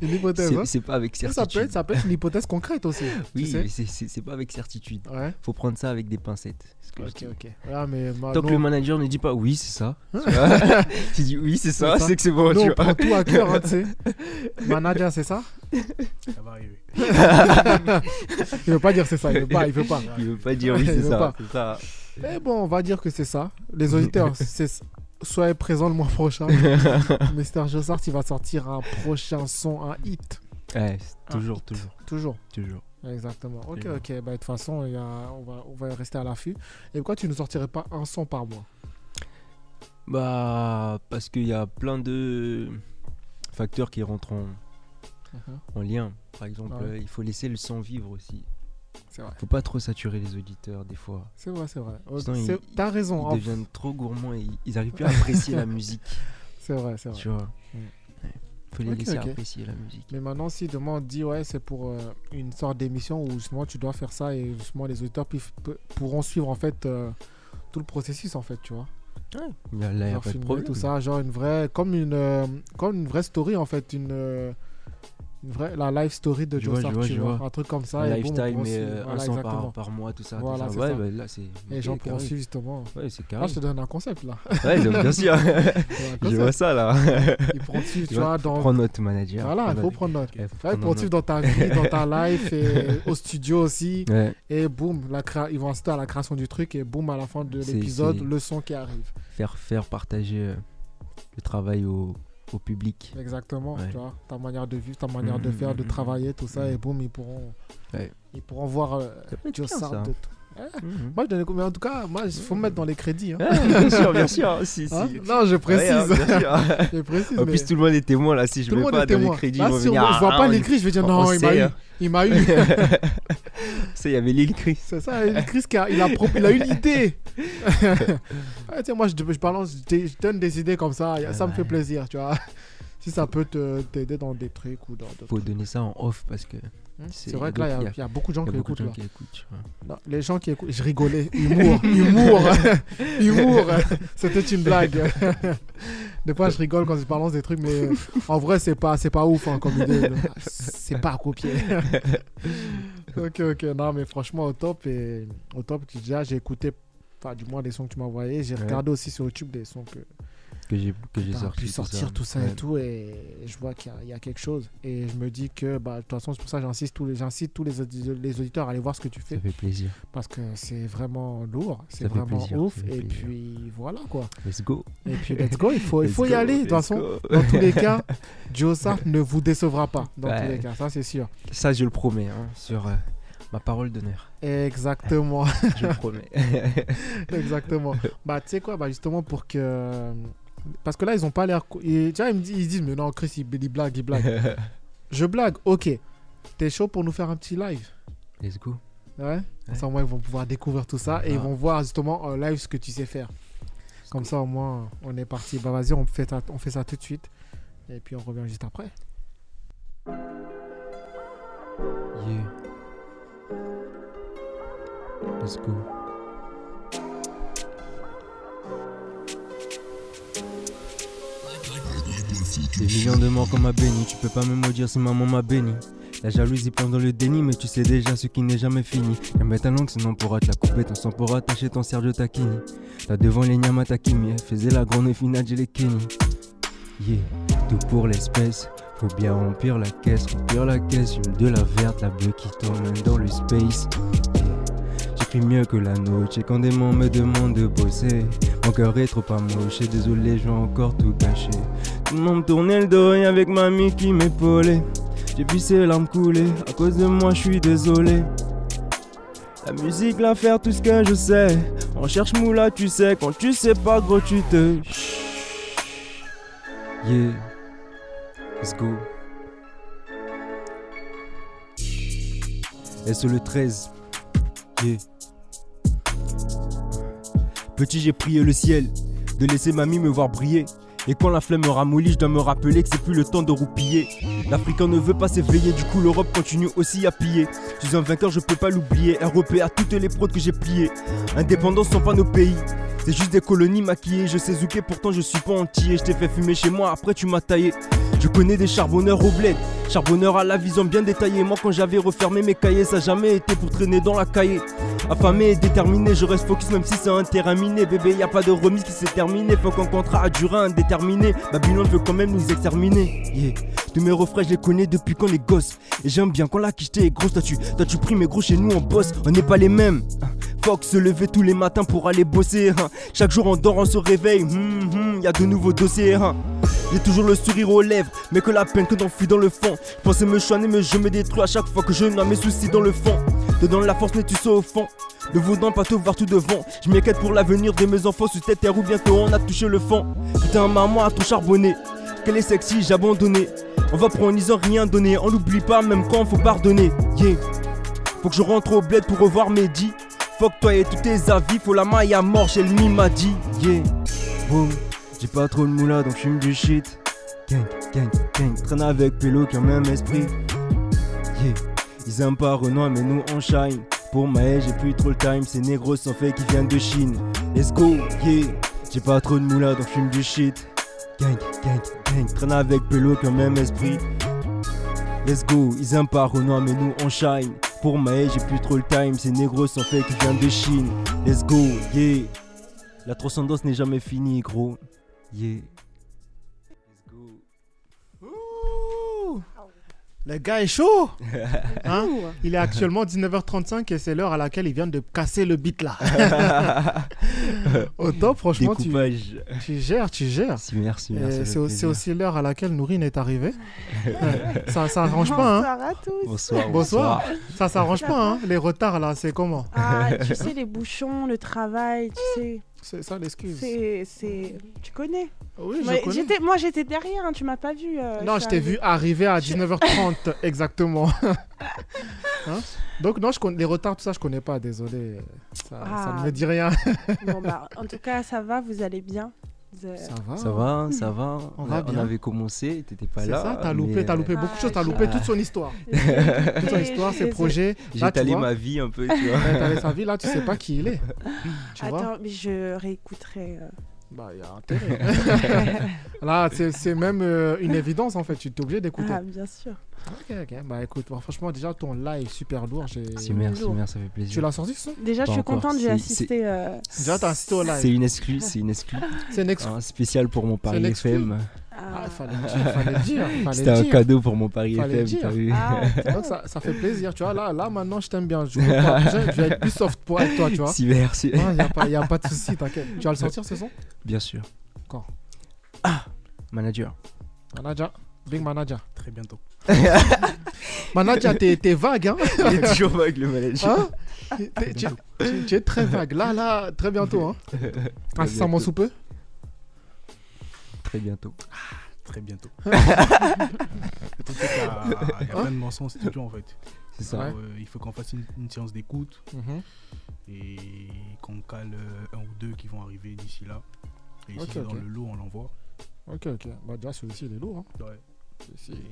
Une hypothèse.
C'est
hein.
c'est pas avec
Ça peut,
certitude.
être, ça peut être une hypothèse concrète aussi. tu
Oui,
sais.
mais c'est- c'est c'est pas avec certitude.
Ouais.
Faut prendre ça avec des pincettes. ce que je
Ok,
dis.
ok. Ouais, mais moi,
Tant
nous,
que le manager ne dit pas oui, c'est ça. tu vois. Tu dis oui, c'est
Hein
ça,
C'est ça.
c'est que c'est bon.
nous,
tu
on
vois.
prend tout à cœur, hein, tu sais. Manager, c'est ça
Ça va arriver.
Il veut pas dire c'est ça, il veut pas, il veut pas.
Il veut pas dire oui,
Il
c'est
veut
ça.
pas.
c'est ça.
Mais bon, on va dire que c'est ça. Les auditeurs, c'est soyez présents le mois prochain. Mister Jossart, il va sortir un prochain son, un hit.
Ouais, c'est
Ah.
toujours, toujours,
Toujours.
toujours.
Exactement. Ok,
Toujours.
ok. Bah, de toute façon, il y a- on, va, on va rester à l'affût. Et pourquoi tu ne sortirais pas un son par mois
Bah, parce qu'il y a plein de facteurs qui rentrent en, en lien. Par exemple,
Ah Ouais.
euh, il faut laisser le son vivre aussi.
C'est vrai.
Faut pas trop saturer les auditeurs des fois.
C'est vrai, c'est vrai. Ok,
Sinon, il-
c'est- T'as
Ils
raison. hein.
deviennent trop gourmands et ils, ils arrivent plus à apprécier la musique.
C'est vrai, c'est vrai.
Tu vois.
Mm.
Ouais. Faut les
Ok,
laisser
ok.
apprécier la musique.
Mais maintenant, si demain on te dit, ouais, c'est pour euh, une sorte d'émission où justement tu dois faire ça et justement les auditeurs pif- pe- pourront suivre en fait euh, tout le processus en fait, tu vois.
Là, là, y a
Genre
pas de
filmer
problème.
tout ça, genre une vraie, comme une, euh, comme une vraie story en fait, une, euh, Une vraie, la life story de
Je vois,
Joe
je vois,
Stark, tu
je
vois.
vois.
Un truc comme ça.
Un
et boum, on
lifestyle,
prend
mais
su-
euh,
voilà,
100 par,
exactement.
par mois, tout ça.
Voilà,
tout
c'est
ça. Ouais,
ça.
bah, là, c'est.
Et Ah, les
ok,
gens
carré.
poursuivent justement.
Ouais, c'est
Là,
carré.
je te donne un concept là.
Ouais, donc, bien sûr.
Un
Je
concept.
vois ça là.
Ils poursuivent, tu
vois,
vois, dans.
Prends notre manager.
Voilà, il
prends
faut prendre
notre-
note. Là, ils
prends notre-
poursuivent dans ta vie, dans ta life, et au studio aussi.
Ouais,
Et boum, la créa- ils vont assister à la création du truc. Et boum, à la fin de
C'est-
l'épisode,
c'est-
le son qui arrive.
faire, faire partager euh, le travail au, au public.
Exactement,
Ouais.
tu vois, ta manière de vivre, ta manière de
Mmh,
Mm,
faire, de
mm, mm,
travailler, tout ça,
mm.
et boum, ils pourront,
Ouais.
ils pourront voir euh,
Ça peut être
Joe
bien,
Sarp
ça.
de tout.
Mhm.
Moi, je donnais combien En tout cas, moi, il faut me mettre dans les crédits. hein.
Ah, bien sûr, bien sûr. Si,
Hein
si.
non, je
Ouais, hein,
précise.
bien sûr.
je précise.
En
mais
plus, tout le monde est témoin là. Si je
tout le
mets
monde
pas
est
dans les
témoin.
crédits,
Là,
ils vont
si on-
venir.
je vois
Ah,
pas
on-
les cris, je vais dire
on-
non,
on
il m'a
sait,
eu.
hein.
Il m'a eu.
Ça, il y avait Lil Chris.
C'est ça, il Chris, qui a- il a, pro- il a eu l'idée. Ah, tu sais, moi, je, je balance, je, je donne des idées comme ça, y a- ça me fait
Ouais.
plaisir, tu vois. Si ça peut te- t'aider dans des trucs ou dans d'autres
Faut donner ça en off parce que
Hmm.
C'est-
C'est vrai que là, il y a- il y, a beaucoup de gens
il y a
qui
beaucoup de
écoutent.
gens
Là.
qui écoutent. tu vois.
Non, les gens qui écoutent, je rigolais. Humour, humour, humour. C'était une blague. Des fois, je rigole quand je balance des trucs, mais en vrai, c'est pas, c'est pas ouf hein, comme idée. C'est pas à copier. ok, ok. Non, mais franchement, au top. Et au top, déjà, j'ai écouté, enfin, du moins, les sons que tu m'as envoyés. J'ai
Ouais.
regardé aussi sur YouTube des sons que
Que j'ai que j'ai
j'ai
sorti.
pu sortir tout ça,
hein. Ouais.
et tout et je vois qu'il y a- il y, a quelque chose et je me dis que bah de toute façon c'est pour ça que j'insiste tous les j'incite tous les, audi- les auditeurs à aller voir ce que tu fais
Ça fait plaisir.
parce que c'est vraiment lourd c'est
Ça fait
vraiment
plaisir,
ouf
ça fait
et
plaisir.
puis voilà quoi
Let's go.
et puis let's go il faut il
Let's
faut y
go,
aller de toute
let's
façon
go.
dans tous les cas Joe Sarp ne vous décevra pas dans tous
Ouais.
les cas ça c'est sûr
Ça, je le promets, hein, sur euh, ma parole d'honneur.
exactement
Je le promets.
Exactement. Bah, tu sais quoi, bah, justement, pour que. Parce que là, ils ont pas l'air. co- et Déjà, ils me disent, ils disent, mais non, Chris, il, il blague, il blague. Je blague, ok. T'es chaud pour nous faire un petit live
Let's go.
Ouais. Comme ça, au moins, ils vont pouvoir découvrir tout ça et ils
Ah.
vont voir justement en live ce que tu sais faire. Comme ça, au moins, on est parti. Bah, vas-y, on fait, ça- on fait ça tout de suite. Et puis, on revient juste après.
Yeah. Let's go. Des millions de morts comme ma béni, tu peux pas me maudire si maman m'a béni. La jalousie pendant le déni, mais tu sais déjà ce qui n'est jamais fini. Jamais ta langue, sinon on pourra te la couper, ton sang pourra attacher ton Sergio Takini. Là devant les Nyama Takimi, elle faisait la grande finale, j'ai les Kenny. Yeah, tout pour l'espèce. Faut bien remplir la caisse, remplir la caisse, j'aime de la verte, la bleue qui tourne dans le space. J'écris mieux que la noche et quand des mains me demandent de bosser, mon cœur est trop amoché, désolé, j'ai encore tout gâché. Tout le monde tournait le dos et avec mamie qui m'épaulait. J'ai vu ses larmes couler, à cause de moi je suis désolé. La musique, l'affaire, tout ce que je sais. On cherche moula, tu sais, quand tu sais pas, gros, tu te. Yeah, let's go. SE le 13. Yeah. Petit, j'ai prié le ciel de laisser mamie me voir briller. Et quand la flemme me ramollit, je dois me rappeler que c'est plus le temps de roupiller. L'Africain ne veut pas s'éveiller, du coup l'Europe continue aussi à piller. Je suis un vainqueur, je peux pas l'oublier. ROP à toutes les prods que j'ai pliées. Indépendance sont pas nos pays. C'est juste des colonies maquillées, je sais zouker, pourtant je suis pas entier. Je t'ai fait fumer chez moi, après tu m'as taillé. Je connais des charbonneurs au bled, charbonneurs à la vision bien détaillée. Moi, quand j'avais refermé mes cahiers, ça a jamais été pour traîner dans la cahier. Affamé et déterminé, je reste focus même si c'est un terrain miné. Bébé, y a pas de remise qui s'est terminée. Faut qu'un contrat à durée indéterminée. Babylone veut quand même nous exterminer. Yeah. Tous mes refrains, je les connais depuis quand les gosses. Et j'aime bien quand la quicheté est grosse. Toi, tu, toi, tu pries, mais gros, chez nous, on bosse. On n'est pas les mêmes. Hein. Fuck, se lever tous les matins pour aller bosser. hein. Chaque jour, on dort, on se réveille. Hum, hum, y a de nouveaux dossiers. hein. J'ai toujours le sourire aux lèvres, mais que la peine que t'enfuis dans le fond. Je pensais me choigner, mais je me détruis à chaque fois que je noie mes soucis dans le fond. Dedans la force, mais tu sais au fond. Ne voulant pas te voir tout devant. Je m'inquiète pour l'avenir de mes enfants sur cette terre où bientôt on a touché le fond. Putain, maman a tout charbonné. Qu'elle est sexy, j'ai abandonné. On va prendre, ils ont rien donné. On l'oublie pas, même quand faut pardonner. Yeah. Faut que je rentre au bled pour revoir Mehdi. Fuck toi et tous tes avis. Faut la maille à mort, chez le m'a dit. Yeah. Boum. J'ai pas trop de moula donc j'fume du shit. Gang, gang, gang. Traîne avec Pélo qui a même esprit. Yeah. Ils aiment pas Renoir mais nous on shine. Pour Maë j'ai plus trop le time. Ces négros sont faits qui viennent de Chine. Let's go, yeah. J'ai pas trop de moula donc j'fume du shit. Gang, gang, gang. Traîne avec Pélo qui a même esprit. Let's go, ils aiment pas Renoir mais nous on shine Pour Maë j'ai plus trop le time, ces négros sont faits qui viennent de Chine Let's go, yeah La transcendance n'est jamais finie gros, yeah
Le gars est chaud Hein Il est actuellement 19h35 et c'est l'heure à laquelle il vient de casser le beat là. Au top, franchement, tu,
Découpage.
tu gères, tu gères.
Merci, merci,
Et
merci. ça fait
C'est au- c'est
plaisir.
aussi l'heure à laquelle Nourine est arrivée. Ouais, ça ça arrange pas, hein
Bonsoir à tous.
Bonsoir,
Bonsoir.
bonsoir.
Ça s'arrange pas, hein Les retards là, c'est comment
Ah, tu sais, les bouchons, le travail, tu sais.
C'est ça l'excuse. Ah
C'est. c'est- Tu connais
Oui,
Ouais,
je connais.
j'étais- Moi, j'étais derrière, hein, tu m'as pas vu. euh,
Non, je t'ai
arrivée.
vu arriver à 19h30 exactement. Hein Donc non, je connais, les retards, tout ça, je connais pas. Désolé, ça, ça
Ah.
ne me dit rien.
Bon, bah, en tout cas, ça va, vous allez bien. Vous, euh,
Ça va
Ça va, ça va.
On va
a-
bien.
avait commencé, t'étais pas
C'est
là.
ça, t'as loupé,
mais,
t'as loupé
euh,
beaucoup de
Ah,
choses, t'as
je-
loupé toute son histoire,
désolé,
toute son histoire, ses
désolé.
projets.
J'ai
Là, tu
étalé
vois,
ma vie un peu, tu vois.
ouais, t'as laissé sa vie, là, tu sais pas qui il est. Tu vois
Attends, mais je réécouterai. euh.
Bah, il y a intérêt. là, c'est- c'est même euh, une évidence en fait, tu es obligé d'écouter.
Ah, bien sûr.
Ok, ok, bah écoute, bon, franchement, déjà ton live super lourd. j'ai-
Merci, merci,
Bonjour.
merci, ça fait plaisir.
Tu l'as sorti ce son
Déjà,
Pas
je suis
encore,
contente, j'ai
c'est-
assisté. euh,
Déjà, t'as assisté hein, au live.
C'est une exclue, c'est Ah. une exclue.
C'est une exclu.
Un spécial pour mon Paris
l'exclu.
FM.
à-
Ah, fallait le dire, fallait le dire. fallait
C'était
le
un
dire.
cadeau pour mon Paris
Fallait
FM,
dire.
t'as vu
Ah,
Donc ça, ça fait plaisir, tu vois. Là, là maintenant, je t'aime bien. Je veux pas- je- je vais être plus soft pour avec toi, Ah, tu vois.
Si, merci.
Il n'y a, pas- y a pas de souci, t'inquiète. Tu vas le sortir ce son
Bien sûr. Ah,
Quand
Manager.
Manager. Big manager.
Très bientôt.
Manager, t'es t'es vague, hein,
Il est toujours avec le manager.
Hein T'es- tu, tu- tu es très vague. Là, là, très bientôt. Hein. Incessamment sous peu
Très bientôt.
Très bientôt. Le truc, c'est qu'il y a, il y a plein de morceaux en studio en fait.
C'est ça.
Alors, euh, il faut qu'on fasse une, une séance d'écoute
Mhm.
et qu'on cale euh, un ou deux qui vont arriver d'ici là. Et
Ok,
si c'est
ok.
dans le lot, on l'envoie.
Ok, ok. Bah, déjà, celui-ci, il est lourd. Hein.
Ouais.
Celui-ci,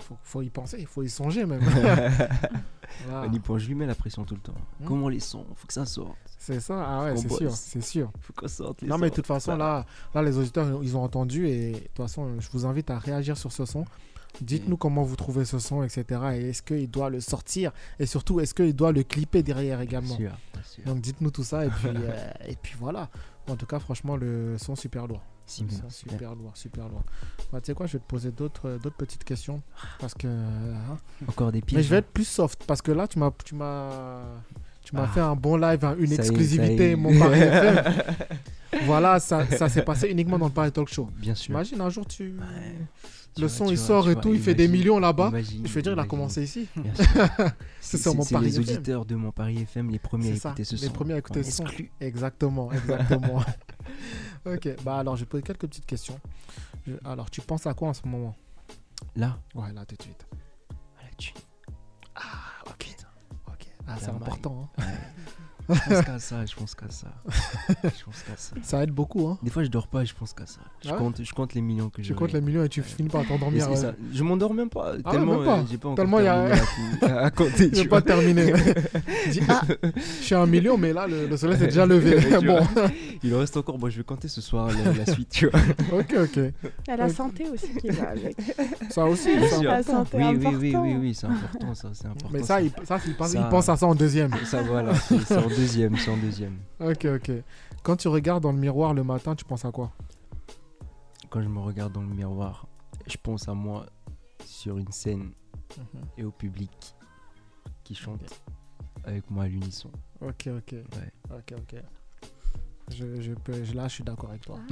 Faut, faut y penser, il faut y songer même. Voilà.
On y pense, je lui mets la pression tout le temps.
Ah. Hmm.
Comment les sons Faut que ça sorte.
C'est ça, ah ouais,
Faut qu'on
c'est sûr,
bosse.
c'est sûr.
Faut qu'on sorte les
Non, mais de
sons.
toute façon, là, là, les auditeurs, ils ont entendu. Et de toute façon, je vous invite à réagir sur ce son. Dites-nous comment vous trouvez ce son, etc. Et est-ce qu'il doit le sortir Et surtout, est-ce qu'il doit le clipper derrière également
Sûr, sûr.
Donc, dites-nous tout ça. Et puis, euh, et puis voilà. En tout cas, franchement, le son super lourd.
Si,
Le
mais-
son super lourd, super lourd. Bah, tu sais quoi, je vais te poser d'autres euh, d'autres petites questions. Parce que. hein.
Encore des pieds.
Mais je vais être plus soft. Parce que là, tu m'as. Tu m'as... Tu m'as
Ah.
fait un bon live, hein, une
Ça y est, ça y
exclusivité,
est.
mon pari FM. Voilà, ça, ça s'est passé uniquement dans le Paris Talk Show.
Bien sûr.
Imagine un jour tu.
Tu
Le
vois,
son
tu
il
vois,
sort
tu
et
vois,
tout, il fait des
imagine,
millions là-bas.
imagine,
Je veux dire, il a
imagine.
commencé ici.
Bien sûr.
C'est
C'est
sur mon
c'est
Paris
les
FM.
auditeurs de mon Paris FM, les premiers à
C'est ça,
écouter ce
les
son.
premiers à écouter
On
ce son.
exclut.
Exactement, exactement. ok, bah alors je vais te poser quelques petites questions. Je- Alors tu penses à quoi en ce moment
Là,
Ouais, là tout de suite.
à la thune. Ah, ok.
Ok, ah, c'est
La maille.
important. hein.
Je pense qu'à ça, je pense qu'à ça. Je pense qu'à ça.
Ça aide beaucoup. Hein.
Des fois, je dors pas, je pense qu'à ça. Je,
Ah ouais
compte, je compte les millions que j'ai.
Tu comptes les millions et tu finis par t'endormir. ouais.
Je m'endors même pas.
Ah ouais,
tellement,
même pas.
euh, j'ai pas encore
Tellement il y a-
terminé à, à compter.
Je
tu
vais pas
vois.
terminer. Dis, ah, je suis à un million, mais là le, le soleil s'est déjà levé.
Tu
bon,
vois. Il en reste encore. Moi, je vais compter ce soir la, la suite. Tu vois.
ok, ok.
Il y a la santé aussi qui va avec.
Ça aussi,
Bien
c'est
sûr.
La
important.
santé,
Oui, oui, oui,
important.
oui, oui, c'est important. Ça, c'est important.
Mais ça, il, ça, il pense,
Ça-
il pense à ça en deuxième.
ça voilà. C'est c'est en deuxième. C'est en deuxième.
Ok, ok. Quand tu regardes dans le miroir le matin, tu penses à quoi
Quand je me regarde dans le miroir, je pense à moi sur une scène et au public qui chante avec moi à l'unisson.
Ok, ok.
Ouais.
Ok, ok. Je, je peux, je- là, je suis d'accord avec toi.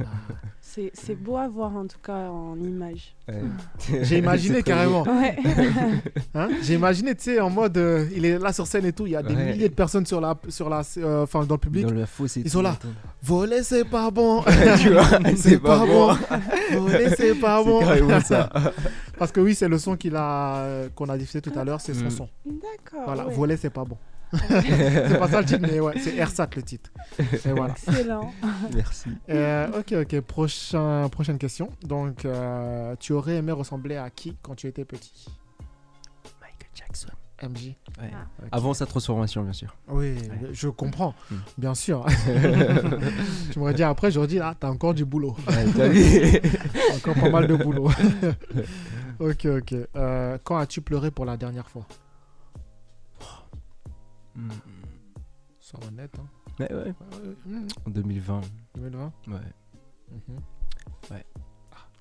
Ah.
C'est c'est beau à voir, en tout cas, en image.
J'ai imaginé
C'est très
carrément.
Ouais.
Hein J'ai imaginé, tu sais, en mode, euh, il est là sur scène et tout. Il y a des
Ouais.
milliers de personnes sur la, sur la, euh, enfin, dans le public.
Dans la fosse et
Ils
tout,
sont là.
attends.
Voler, c'est pas bon.
tu vois,
c'est pas, bon. Voler, c'est pas
C'est
bon.
carrément ça.
Parce que oui, c'est le son qu'il a, euh, qu'on a diffusé tout à l'heure, c'est son
Mm.
son.
D'accord.
Voilà,
ouais.
voler, c'est pas bon. c'est pas ça le titre, mais ouais, c'est RSAT le titre. Et voilà.
Excellent.
Merci.
Euh, ok, ok, Prochain, prochaine question. Donc, euh, tu aurais aimé ressembler à qui quand tu étais petit
Michael Jackson.
MJ
Ouais.
Ah.
Ok.
Avant sa transformation, bien sûr.
Oui, je comprends,
Mm.
bien sûr. tu m'aurais dit après, j'aurais dit, ah, t'as encore du boulot.
Ouais, t'as vu
Encore pas mal de boulot. Ok, ok. Euh, quand as-tu pleuré pour la dernière fois
Mm.
Sois honnête, hein.
Mais ouais,
Ouais, ouais, ouais.
en 2020.
2020
Ouais.
Mhm.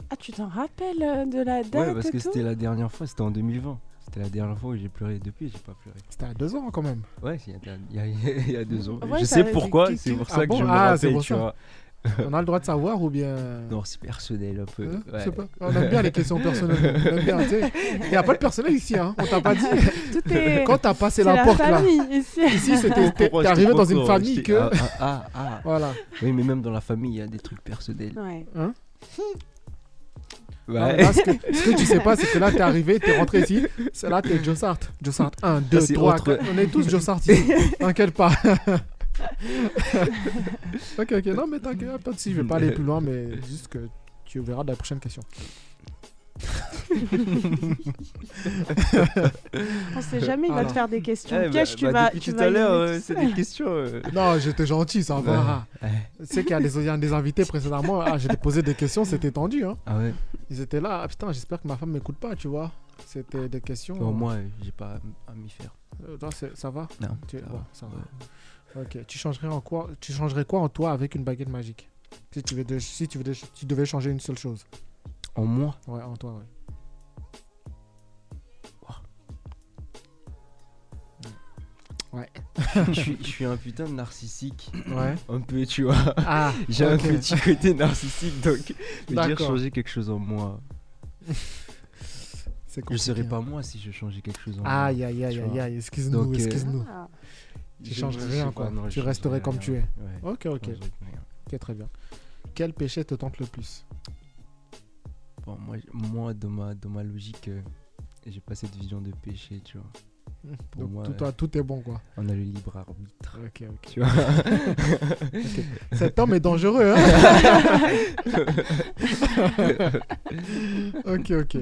Ah, tu t'en rappelles euh, de la date
Ouais, parce
et
que
tout
c'était la dernière fois, c'était en 2020. C'était la dernière fois où j'ai pleuré. Depuis, j'ai pas pleuré.
C'était à deux ans quand même.
Ouais, c'est il y a- il y, a- il y a deux ans.
Ouais,
je
ça-
sais pourquoi,
qui-
c'est
qui-
pour
ah
ça que
bon
je me
Ah, c'est
rappelle,
pour
tu
ça.
vois.
On a le droit de savoir ou bien.
Non, c'est personnel un peu.
Hein, je
ouais.
sais pas. On aime bien les questions personnelles. On aime bien, tu sais. Il n'y a pas de personnel ici, hein. on t'a pas dit.
Tout est.
Quand t'as passé
c'est
la,
la
porte là,
famille ici.
ici c'était t'es
Pourquoi
t'es
je
arrivé dans une
comprends,
famille
j'étais-
que.
Ah, ah, ah, ah.
Voilà.
Oui, mais même dans la famille, il y a des trucs personnels.
Ouais.
Non, mais
Ouais.
là, ce, que, ce que tu sais pas, c'est que là t'es arrivé, t'es rentré ici. C'est Là t'es Jossart. Jossart 1, 2,
c'est
3.
autre-
On est tous Jossart ici. T'inquiète pas. ok, ok. Non, mais t'inquiète. Attends, si, je vais pas aller plus loin, mais juste que tu verras de la prochaine question.
On sait jamais, il va
Alors.
te faire des questions.
Eh, bah,
Cache, tu
bah,
vas.
Depuis
tu
tout
vas
à
y
l'heure,
aller
euh,
tout
c'est
seul.
des questions. euh.
Non, j'étais gentil, ça va.
Ouais.
Tu sais qu'il y a des, il y a des invités précédemment. Ah, j'ai posé des questions, c'était tendu. Hein.
Ah ouais.
Ils étaient là. Ah, putain, j'espère que ma femme m'écoute pas, tu vois. C'était des questions.
Au moins, euh, j'ai pas à- à m'y faire.
Euh, toi, c'est- ça va
Non.
Tu-
ça
bon,
va.
ça va. Ok. Tu changerais en quoi Tu changerais quoi en toi avec une baguette magique Si tu veux de- si tu, veux de- tu devais changer une seule chose.
En moi,
Ouais, en toi. Ouais.
je suis, je suis un putain de narcissique.
Ouais.
Un peu, tu vois.
Ah.
J'ai
ok.
un petit côté narcissique, donc me dire
D'accord.
changer quelque chose en moi.
C'est
Je serais
compliqué. hein.
pas moi si je changeais quelque chose en moi.
Aïe aïe aïe
Tu
aïe
vois.
aïe. Excuse-nous,
Donc, euh,
excuse-nous.
Ah.
Tu
Je-
changerais
je sais
rien
pas,
quoi.
non, je
tu
changerais
resterais comme
rien.
tu es.
Ouais,
Ok ok.
je changerais rien.
Ok très bien. Quel péché te tente le plus
Bon, moi, moi dans, ma, dans ma logique, euh, j'ai pas cette vision de péché, tu vois. Pour
Donc
moi,
tout, a- tout est bon quoi.
On a le libre arbitre.
Ok ok.
Tu vois
Cet homme est dangereux. Hein ok, ok.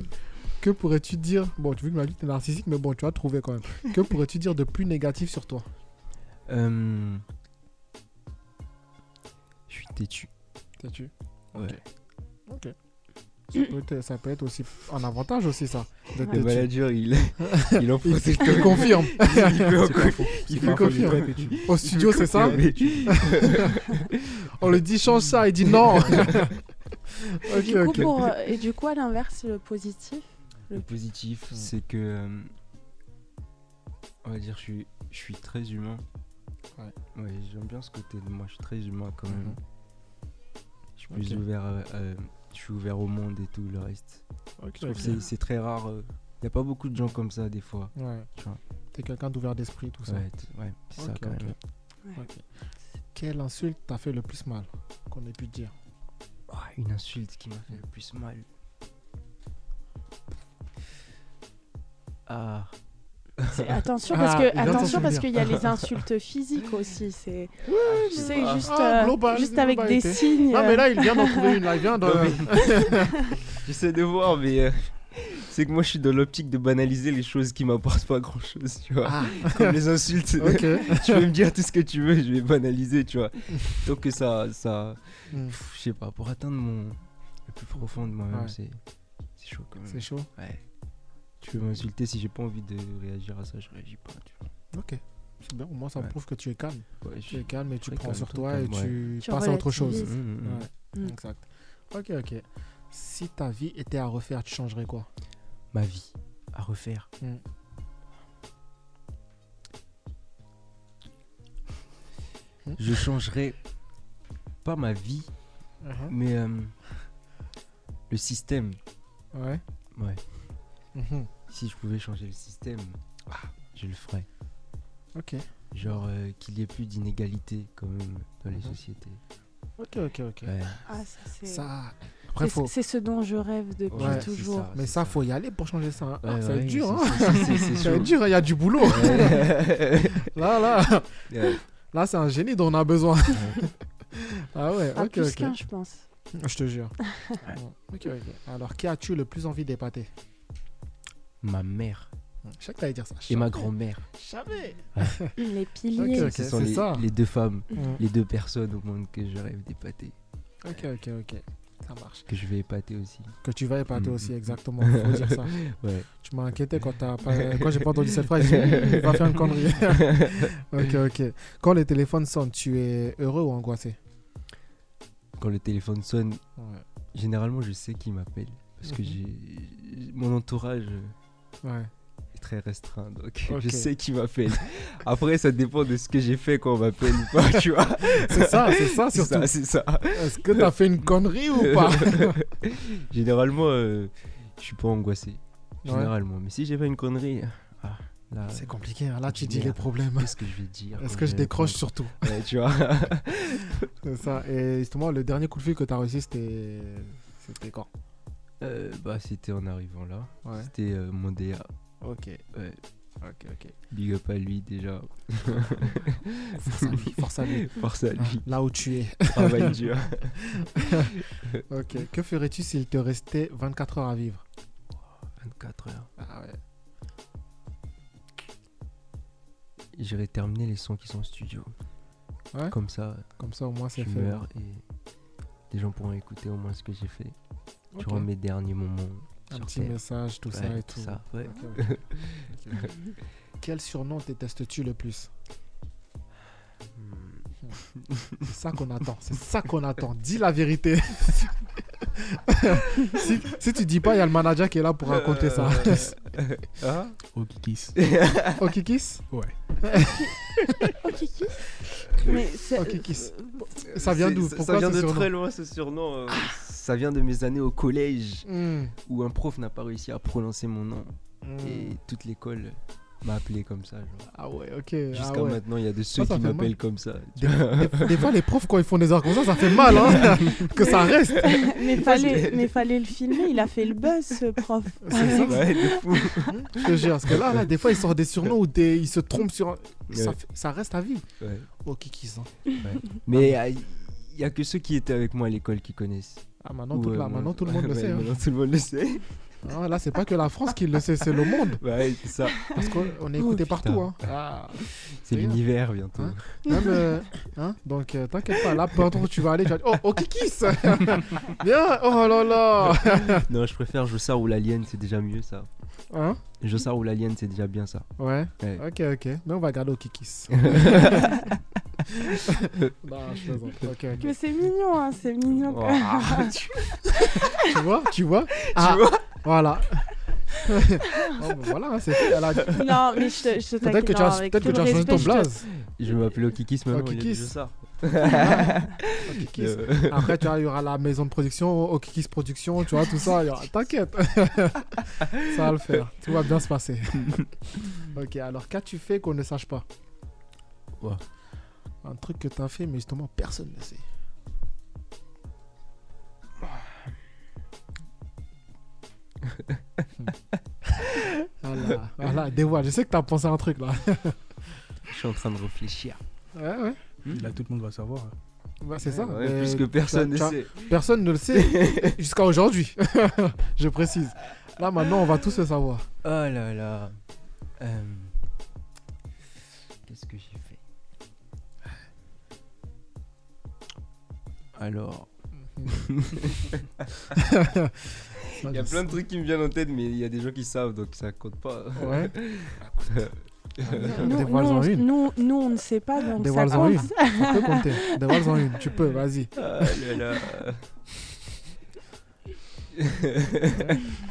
Que pourrais-tu dire Bon, tu veux que ma vie t'es narcissique, mais bon, tu vas trouver quand même. Que pourrais-tu dire de plus négatif sur toi
Euh, Je suis têtu.
T'as-tu
Ouais.
Ok. Ça peut, être, ça peut être aussi un avantage aussi ça. d'être
Le
têtu.
manager, il, il en
Il,
faut
il confirme.
Il
Il confirme. Au studio, c'est ça On lui dit change ça, il dit non.
Du
ok,
coup,
ok.
pour, euh, et du coup, à l'inverse, le positif.
Le positif, c'est que. euh, on va dire, je suis, je suis très humain.
Ouais.
Ouais, j'aime bien ce côté de moi, je suis très humain quand même.
Mhm.
Je suis plus
Ok.
ouvert, euh, euh, je suis ouvert au monde et tout le reste.
Ok,
Je trouve que c'est- c'est très rare. Il n'y a pas beaucoup de gens comme ça des fois.
Ouais.
Tu vois.
T'es quelqu'un d'ouvert d'esprit, tout ça.
Ouais, t- ouais, c'est ça
Ok,
quand
ok.
même.
Quelle insulte t'a fait le plus mal qu'on ait pu te dire
Ah, une insulte qui m'a fait le plus mal. Ah,
C'est- Attention, parce
Ah, il
que
vient de s'en
attention parce qu'il
souvenir.
y a les insultes physiques aussi. C'est, tu sais,
ah,
juste,
ah,
euh,
global,
juste avec des
globalité.
signes.
Non, mais
euh,
là, il vient d'en trouver une. Là, il vient de.
Non, J'essaie de voir, mais euh, c'est que moi je suis dans l'optique de banaliser les choses qui m'apportent pas grand chose, tu vois.
Ah,
Comme les insultes.
ok.
tu peux me dire tout ce que tu veux, je vais banaliser, tu vois. Tant que ça. ça...
Hmm,
pff, je sais pas, pour atteindre mon. le plus profond de moi-même,
Ouais.
c'est. C'est chaud quand
C'est
même.
chaud.
Ouais. Tu veux m'insulter si j'ai pas envie de réagir à ça, je réagis pas, tu
Ok. C'est bien. Au moins, ça
Ouais.
prouve que tu es calme.
vois. Ouais,
Tu
je-
es calme et tu
Très
prends
calme,
sur
tout
toi et
calme,
tu
Tu
passes à autre chose.
Mmh,
relativises.
Mhm, mhm.
Ouais,
Mm.
Exact. Ok, ok. Si ta vie était à refaire, tu changerais quoi
Ma vie à refaire.
Mm.
Mm. Je changerai pas ma vie,
Uh-huh.
mais euh, le système.
Ouais.
Ouais.
Mhm.
Si je pouvais changer le système, ah, je le ferais.
Ok.
Genre euh, qu'il y ait plus d'inégalités quand même dans les
Mhm.
sociétés.
Ok, ok, ok.
Ouais.
Ah, ça, c'est...
Ça.
c'est-
Après, faut.
c'est ce dont je rêve depuis
Ouais, c'est
toujours.
Mais
c'est
ça, faut y aller pour changer ça. hein. Ah,
Ouais,
ça va être
ouais,
dur, hein
c'est- c'est- c'est-
Ça
c'est
va être
chaud.
dur, il y a du boulot. là, là,
Ouais.
là, c'est un génie dont on a besoin. ah ouais,
Ah,
ok,
plus
ok.
qu'un, je pense.
Je te jure. Bon, ok, ok. Alors, qui as-tu le plus envie d'épater
Ma mère
Je sais que t'allais dire ça.
et ma grand-mère.
Jamais.
Les piliers.
Ok,
Ce sont
c'est
les,
ça.
les deux femmes,
Mm.
les deux personnes au monde que je rêve d'épater.
Ok, ok, ok. Ça marche.
que je vais épater aussi.
Que tu vas épater aussi,
Mhm.
exactement. Faut dire ça.
Ouais.
Tu m'as inquiété quand, t'as pas- Euh, quand j'ai pas entendu cette phrase. J'ai dit, il va faire une connerie. ok, ok. Quand les téléphones sonnent, tu es heureux ou angoissé
Quand le téléphone sonne,
Ouais.
généralement je sais qui m'appelle parce que
Mhm.
j'ai mon entourage
Ouais.
est très restreint donc
Ok.
je sais qui m'appelle. Après ça dépend de ce que j'ai fait quand on m'appelle ou pas, tu vois.
C'est ça, c'est ça
C'est
surtout.
ça, c'est ça.
Est-ce que t'as fait une connerie ou pas
Généralement euh, je suis pas angoissé
Ouais.
généralement, mais si j'ai fait une connerie ah, là
C'est compliqué. hein. Là, tu dis
Merde.
les problèmes.
qu'est-ce que je vais dire Euh,
Est-ce
quand
que je
j'ai une
décroche
connerie
surtout
Ouais, tu vois.
C'est ça. Et justement, le dernier coup de fil que t'as réussi, c'était. C'était quand
Euh, bah c'était en arrivant là.
Ouais.
C'était euh, mon DA.
Ok.
Ouais.
Ok, ok.
Big up à lui déjà.
Force à lui, force à lui.
Force à lui.
Là où tu es.
Travaille dur.
Ok. Que ferais-tu s'il te restait 24 heures à vivre
24 heures.
Ah ouais.
J'irai terminer les sons qui sont en studio.
Ouais.
Comme ça,
Comme ça, au moins,
je
c'est fait.
meurs et les gens pourront écouter au moins ce que j'ai fait
Ok.
durant mes derniers moments.
Un
sur
petit
Terre.
message, tout ça
Ouais,
et tout.
ça, ouais.
Ok, ok. Ok. Quel surnom détestes-tu le plus
Hmm.
C'est ça qu'on attend. C'est ça qu'on attend. Dis la vérité. si, si tu dis pas, il y a le manager qui est là pour raconter ça.
Ah
Au kikis.
Oh, Kikis
Ouais.
Mais c'est- euh,
Ok, kiss. Ça vient d'où
C'est-
Pourquoi
Ça vient
ce
de
surnom
très loin ce surnom. euh, Ça vient de mes années au collège
Hmm,
où un prof n'a pas réussi à prononcer mon nom
hmm.
et toute l'école m'a appelé comme ça. genre.
Ah ouais, ok.
Jusqu'à
ah ouais.
maintenant, il y a de ceux
ça
qui
fait mal.
m'appellent comme ça.
Des, des fois, les profs, quand ils font des heures comme ça, ça fait mal. hein, que ça reste.
mais, fallait, mais fallait le filmer, il a fait le buzz ce prof.
C'est ça.
Ouais, de fou.
Je te jure, parce que là, là, des fois, ils sortent des surnoms ou des... ils se trompent sur. un- Ça,
Ouais.
fait- ça reste à vie.
Ouais.
Oh, Kikis. hein.
Mais euh, il n'y a que ceux qui étaient avec moi à l'école qui connaissent.
Ah, maintenant,
Ou,
tout,
euh,
là,
mon-
maintenant, tout le monde le
Ouais,
sait. hein.
Maintenant, tout le monde le sait.
Ah, là, c'est pas que la France qui le sait, c'est le monde.
Ouais, c'est ça.
Parce qu'on on est écouté partout. Hein.
C'est
Rien.
l'univers bientôt.
Hein Même, euh, hein, donc, euh, t'inquiète pas, là, peu importe où tu vas aller, tu vas dire Oh, oh Kikis Viens Oh là là
non, je préfère Jossard ou l'Alien, c'est déjà mieux ça.
Hein
Jossard ou l'Alien, c'est déjà bien ça.
Ouais.
Ouais.
Ok, ok. Mais on va garder au Kikis. non, je plaisante. Ok, ok.
Mais c'est mignon, hein, c'est mignon. quand même.
Ouah, tu-
Tu vois Tu vois Ah, Voilà. Bon, ben voilà, hein, c'est fait. Elle a-
Non, mais je te, je te
Peut-être que
taquine,
tu
non,
as,
avec
peut-être que
tout
tu
le
as changé ton
respect, je te-
blaze.
Je vais m'appeler Okikis maintenant.
Okikis.
au lieu de Jossard.
Oh, Kikis.
euh.
Après, tu vois, il y aura la maison de production, Okikis Production, tu vois, tout ça. il y aura- T'inquiète. ça va le faire. Tout va bien se passer. ok, alors qu'as-tu fait qu'on ne sache pas
Ouah.
Un truc que tu as fait, mais justement, personne ne sait. voilà, voilà, ah dévoile. Je sais que tu as pensé à un truc là.
Je suis en train de réfléchir.
Ouais, ouais.
Là, tout le monde va savoir. hein.
Bah, c'est ça.
Ouais,
mais
plus que personne ne
t'as-
sait.
Personne ne le sait jusqu'à aujourd'hui. je précise. Là maintenant, on va tous le savoir.
Oh là là. Euh, Qu'est-ce que j'ai fait Alors.
Ça,
Il y a
je
plein de trucs qui me viennent en tête, mais il y a des gens qui savent, donc ça compte pas.
sais. Ouais.
Nous, nous,
Dévoile-en
on-
une.
nous- nous, on ne sait pas, donc ça
Dévoile-en
compte.
une. Tu peux compter. Dévoile-en une. Tu peux, vas-y.
Oh là là.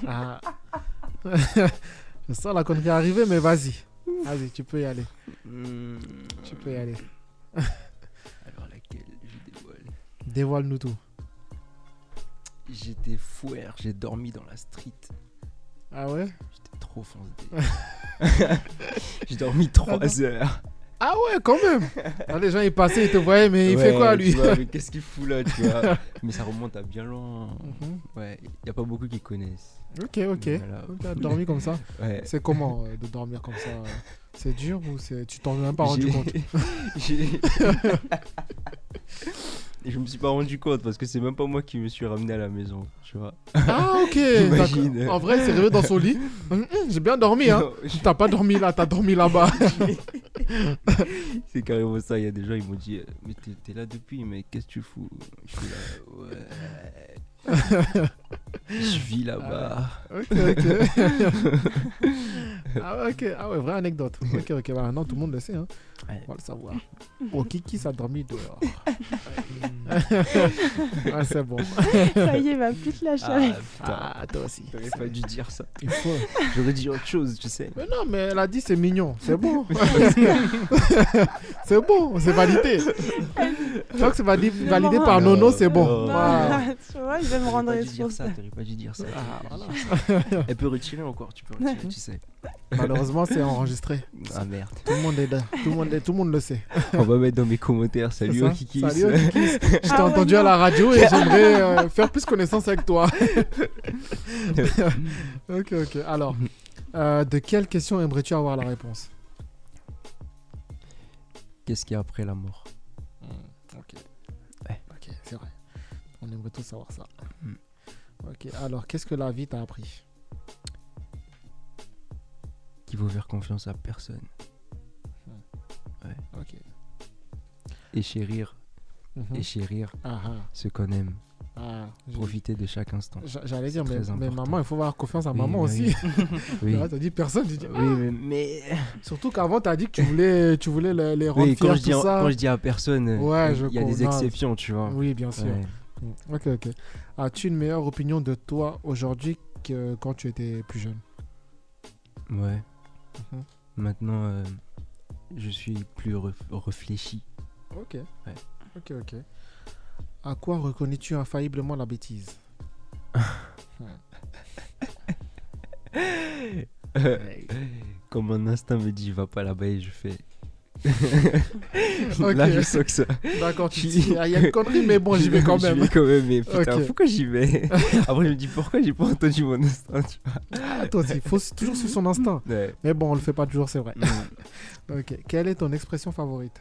Ah. je sens la connerie arriver, mais vas-y. Vas-y, tu peux y aller.
Hmm,
Tu peux y aller.
Alors laquelle je dévoile
Dévoile-nous tout.
J'étais fouère, j'ai dormi dans la street.
Ah ouais
J'étais trop foncé. j'ai dormi 3 heures.
Ah ouais, quand même. Ah, les gens, ils passaient, ils te voyaient, mais il fait
Ouais,
quoi
tu
lui
vois, mais Qu'est-ce qu'il fout là, tu vois Mais ça remonte à bien loin.
Mhm.
Ouais, y a pas beaucoup qui connaissent.
Ok, ok.
Voilà.
Ok, t'as dormi comme ça.
Ouais.
C'est comment euh, de dormir comme ça euh C'est dur ou c'est tu t'en es même pas rendu
J'ai-
compte
j'ai- Et je me suis pas rendu compte parce que c'est même pas moi qui me suis ramené à la maison, tu vois.
Ah ok.
J'imagine.
d'accord. En vrai, il s'est réveillé dans son lit. Hum, hum, J'ai bien dormi hein.
Non, je-
T'as pas dormi là, t'as dormi là-bas.
c'est carrément ça. Il y a euh, des gens, ils m'ont dit, mais t'es t'es là depuis, mais qu'est-ce que tu fous Je suis là, ouais. Je vis là-bas.
Ok, ok. ah, ouais, ok. Ah ouais, vraie anecdote. Ok, ok. Bah, maintenant, tout le monde le sait. Hein.
Ouais.
On va le savoir. Oh, Kiki s'endormit dehors. ah, c'est bon.
Ça y est, il va plus te lâcher.
Ah,
avec-
putain.
Ah, toi aussi.
J'aurais pas dû dire ça.
Il faut.
J'aurais dit autre chose, tu sais.
Mais non, mais elle a dit c'est mignon, c'est bon. c'est bon, c'est validé. Tu vois que c'est vali-
Le
validé
moral.
par
Non,
Nono, c'est bon.
non.
Voilà.
Non, Ah, tu vois, il va me
T'aurais
rendre
pas dû dire ça,
responsable.
t'aurais pas dû dire ça.
Ah, voilà.
Elle peut retirer encore, tu peux retirer, tu sais.
Malheureusement, c'est enregistré.
Ah merde.
Tout le monde est là. Tout le monde, est- tout le, monde le sait.
On va mettre dans mes commentaires. Salut,
C'est ça.
Okiki.
Salut, oh, Kiki. Je t'ai
Ah ouais,
entendu à
non.
la radio et j'aimerais euh, faire plus connaissance avec toi. ok, ok. Alors, euh, de quelle question aimerais-tu avoir la réponse
Qu'est-ce qu'il y a après la mort
Ok. Ok, c'est vrai. On aimerait tous savoir ça.
Hmm.
Ok, alors qu'est-ce que la vie t'a appris
Qu'il faut faire confiance à personne
Ok.
et chérir,
Mhm.
et chérir
Ah, ah,
ce qu'on aime.
ah, j'ai-
Profiter de chaque instant.
j'a- J'allais dire, mais,
très
mais
important.
maman, il faut avoir confiance à
Oui,
maman
bah
aussi.
oui. Oui.
Là, t'as dit personne. tu dis-
Oui, mais, mais-
Surtout qu'avant, t'as dit que tu voulais, tu voulais les, les rendre
oui, quand,
fiers,
je dis,
tout ça.
quand je dis à personne, euh,
Ouais,
il
je
y a des
connais.
exceptions, tu vois.
Oui, bien sûr.
Ouais.
Mm. Ok, ok. As-tu une meilleure opinion de toi aujourd'hui que quand tu étais plus jeune
Ouais.
Mhm.
Maintenant, euh, je suis plus re- réfléchi.
Ok. Ok, ok. À quoi reconnais-tu infailliblement la bêtise
Comme mon instinct me dit, va pas là-bas et je fais.
Ok.
Là, je sens que ça.
D'accord, tu
Qui-
dis, ah, il y a une connerie, mais bon, j'y vais quand
Je
même.
vais quand même, mais putain,
Ok.
pourquoi j'y vais Après, je me dis, pourquoi j'ai pas entendu mon instinct, tu
Ah, Toi aussi, il faut s- toujours suivre son instinct.
vois Ouais.
Mais bon, on le fait pas toujours, c'est vrai. ok. Quelle est ton expression favorite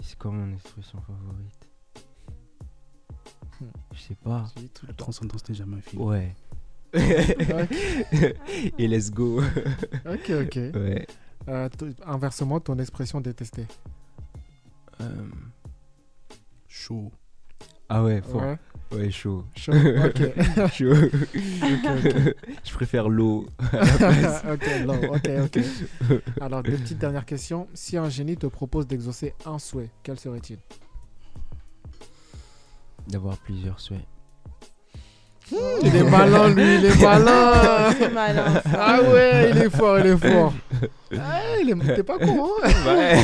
C'est quoi mon expression favorite
Hmm.
Je sais pas.
La transcendance n'est jamais infinie.
Ouais.
Ok,
Et let's go.
ok. ok.
Ouais.
Euh, t- inversement, ton expression détestée.
Euh,
Chaud.
Ah ouais, fort.
Ouais.
Ouais, chaud.
Chaud. Ok.
chaud. je préfère l'eau.
Ah, ok, non, ok, ok. Alors, deux petites dernières questions. Si un génie te propose d'exaucer un souhait, quel serait-il
D'avoir plusieurs souhaits.
Il est malin, lui, il est malin
C'est malin.
Ah ouais, il est fort, il est fort Ah, il est... T'es pas con, hein
Ouais.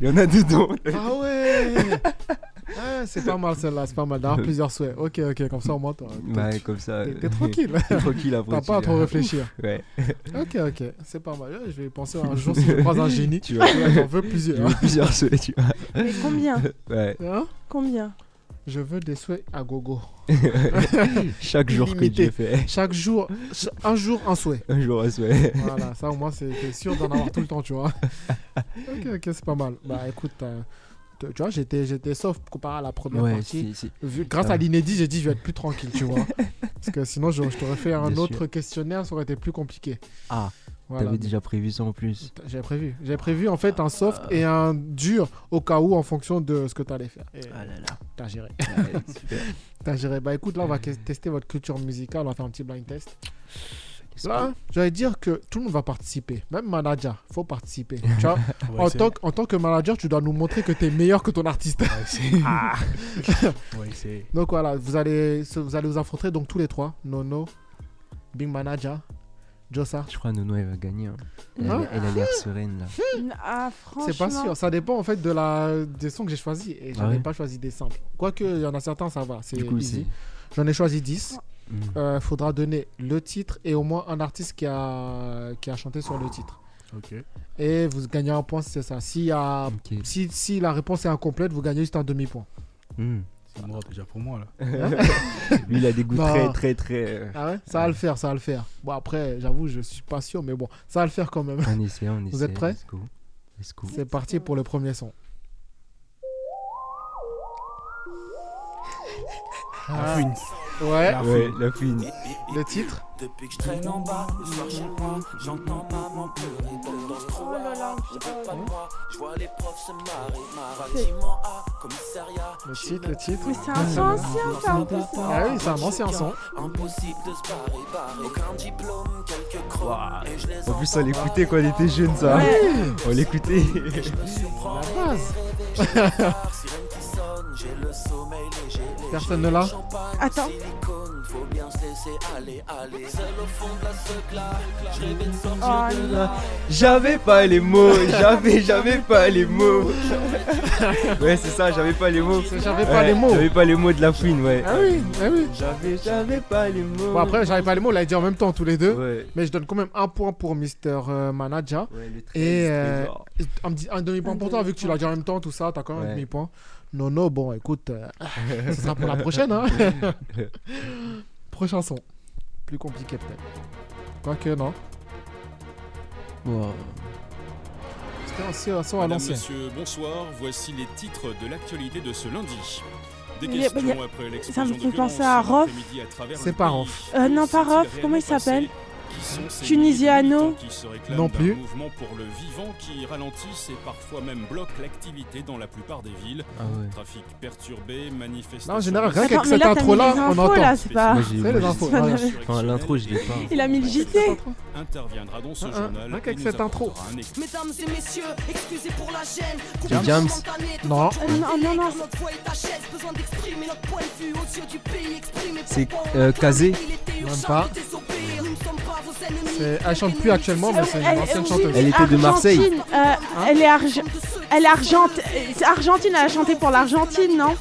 Il y en a dedans.
Ah ouais Ah, C'est pas mal celle-là, c'est pas mal d'avoir plusieurs souhaits. Ok, ok, comme ça au moins, t'as-
Ouais, comme ça.
t'es t'es tranquille.
T'es tranquille après.
T'as
tu
pas à
verras.
trop réfléchir.
Ouais.
Ok, ok, c'est pas mal. Je vais y penser un jour si je croise un génie.
Tu vois.
J'en veux
Je
plusieurs.
veux plusieurs souhaits, tu vois.
Mais combien
Ouais.
Hein
Combien
Je veux des souhaits à gogo.
Chaque jour que
Illimité.
Dieu fait.
Chaque jour, ch- un jour, un souhait.
Un jour un souhait.
Voilà, ça au moins c'est t'es sûr d'en avoir tout le temps, tu vois. ok, ok, c'est pas mal. Bah écoute, euh, tu tu vois, j'étais, j'étais sauf comparé à la première
Ouais,
partie.
c'est- c'est-
Vu- grâce
ça
à
va.
l'inédit, j'ai dit je vais être plus tranquille, tu vois. Parce que sinon, je, je t'aurais fait un
Bien
autre questionnaire, ça aurait été plus compliqué.
Ah,
voilà.
T'avais déjà prévu ça en plus.
J'avais prévu. J'avais prévu en fait un soft et un dur au cas où en fonction de ce que t'allais faire. Et
Ah là là.
t'as géré.
Ouais, super.
T'as géré. Bah écoute, là,
Hmm.
on va que- tester votre culture musicale, on va faire un petit blind test. Là, j'allais dire que tout le monde va participer. Même manager, faut participer. Tu vois,
Ouais,
en,
c'est-
tant que, en tant que manager, tu dois nous montrer que tu es meilleur que ton artiste.
Ouais, c'est. Ouais, c'est.
Donc voilà, vous allez, se- vous allez vous affronter donc tous les trois. Nono, Big Manager, Jossa.
Je crois que Nono, elle va gagner. hein. Elle,
Hein
elle a l'air sereine là.
Ah, franchement.
C'est pas sûr, ça dépend en fait de la, des sons que j'ai choisis. Et j'en
Ah
ai
ouais
pas choisi des simples. Quoique, il y en a certains, ça va. C'est
Du coup, c'est.
easy. J'en ai choisi 10.
Mm.
Euh, faudra donner le titre et au moins un artiste qui a, qui a chanté sur le titre.
Ok.
Et vous gagnez un point si c'est ça. S'il y a
Ok.
Si, si la réponse est incomplète, vous gagnez juste un demi-point.
Mm.
C'est mort déjà pour moi là.
Lui, il a des goûts
Bah.
très, très, très. euh,
Ah ouais Ça va le faire, ça va le faire. Bon, après, j'avoue, je suis pas sûr, mais bon, ça va le faire quand même.
On essaie, on essaie.
Vous êtes prêts
Let's go. Let's go.
C'est parti pour le premier son. Ah, Ouais.
La
Ouais,
fouine.
la fouine.
Le titre
Depuis que je traîne en bas, le soir chez moi, j'entends maman pleurer dans le trou.
Oh
Je veux pas de moi, je vois les profs se marrer. marrer. Bâtiment A, commissariat.
Le titre, le titre.
Mais c'est
Ah,
un son ancien, ça, en plus.
Ah oui, c'est un ancien son.
Impossible de se barrer, barrer. Aucun diplôme, quelques crocs. Et je les
En plus, on l'écoutait quand on était jeune, ça. On l'écoutait.
La base.
sirène qui sonne, j'ai le sommeil léger. léger.
Personne ne l'a
Attends.
Silicone, faut bien se laisser aller, aller. Seul au fond de la secla, je rêvais de sortir.
Oh non.
J'avais pas les mots, j'avais, j'avais pas les mots. Ouais, c'est ça, j'avais pas les mots.
J'avais pas les mots.
J'avais pas les mots de la fouine, ouais.
Ah oui, ah oui.
J'avais, j'avais pas les mots.
Bon, après, j'arrive pas les mots, on l'a dit en même temps, tous les deux.
Ouais.
Mais je donne quand même un point pour Mister euh, Manager.
Ouais, le
Et, euh,
trésor.
Un, petit- un demi-point
Un
pour toi, vu que tu l'as dit en même temps, tout ça, t'as quand même un
Ouais.
demi-point. Non, non, bon, écoute, euh, ce sera pour la prochaine. Hein. Prochain son. Plus compliqué, peut-être. Quoique, non.
Wow.
C'était un son- un son à l'ancien.
Monsieur, bonsoir. Voici les titres de l'actualité de ce lundi. Des
Il y a- il y a-
questions après l'explosion
me
de
fait
violence
penser à
cet
Rof.
après-midi à travers
C'est
le
pas
pays.
Rof.
Euh, non, pas
S'est-il
Rof.
réellement
Comment il
passé
s'appelle
Qui sont ces
Tunisiano
militants qui se réclament
Non
d'un
plus.
mouvement pour le vivant qui ralentissent et parfois même bloquent l'activité dans la plupart des villes.
Ah ouais.
Trafic perturbé, manifestations...
Non, en général, rien
Attends,
qu'avec
mais
cette
là, t'as mis
intro-là,
les
on
infos,
entend.
là, c'est pas...
Moi, j'ai-
C'est les
moi,
infos.
Ça
voilà.
n'avait-
Enfin, l'intro, je l'ai pas.
Il a mis le JT.
Interviendra dans ce
Ah, ah,
journal.
rien qu'avec
et nous
cette intro.
apportera un extrait.
Mesdames et messieurs, excusez pour la gêne.
Les Jams.
Non.
Euh, Non, non, non.
hein. Notre voix est à chaise, besoin d'exprimer notre point de vue aux yeux du pays. Exprimer
C'est euh, Kazé.
Même pas. C'est- Elle chante plus actuellement, mais c'est une ancienne chanteuse.
Elle était de Marseille.
Argentine, euh, Elle est arge- elle est argente. euh, c'est Argentine, elle a chanté pour l'Argentine, non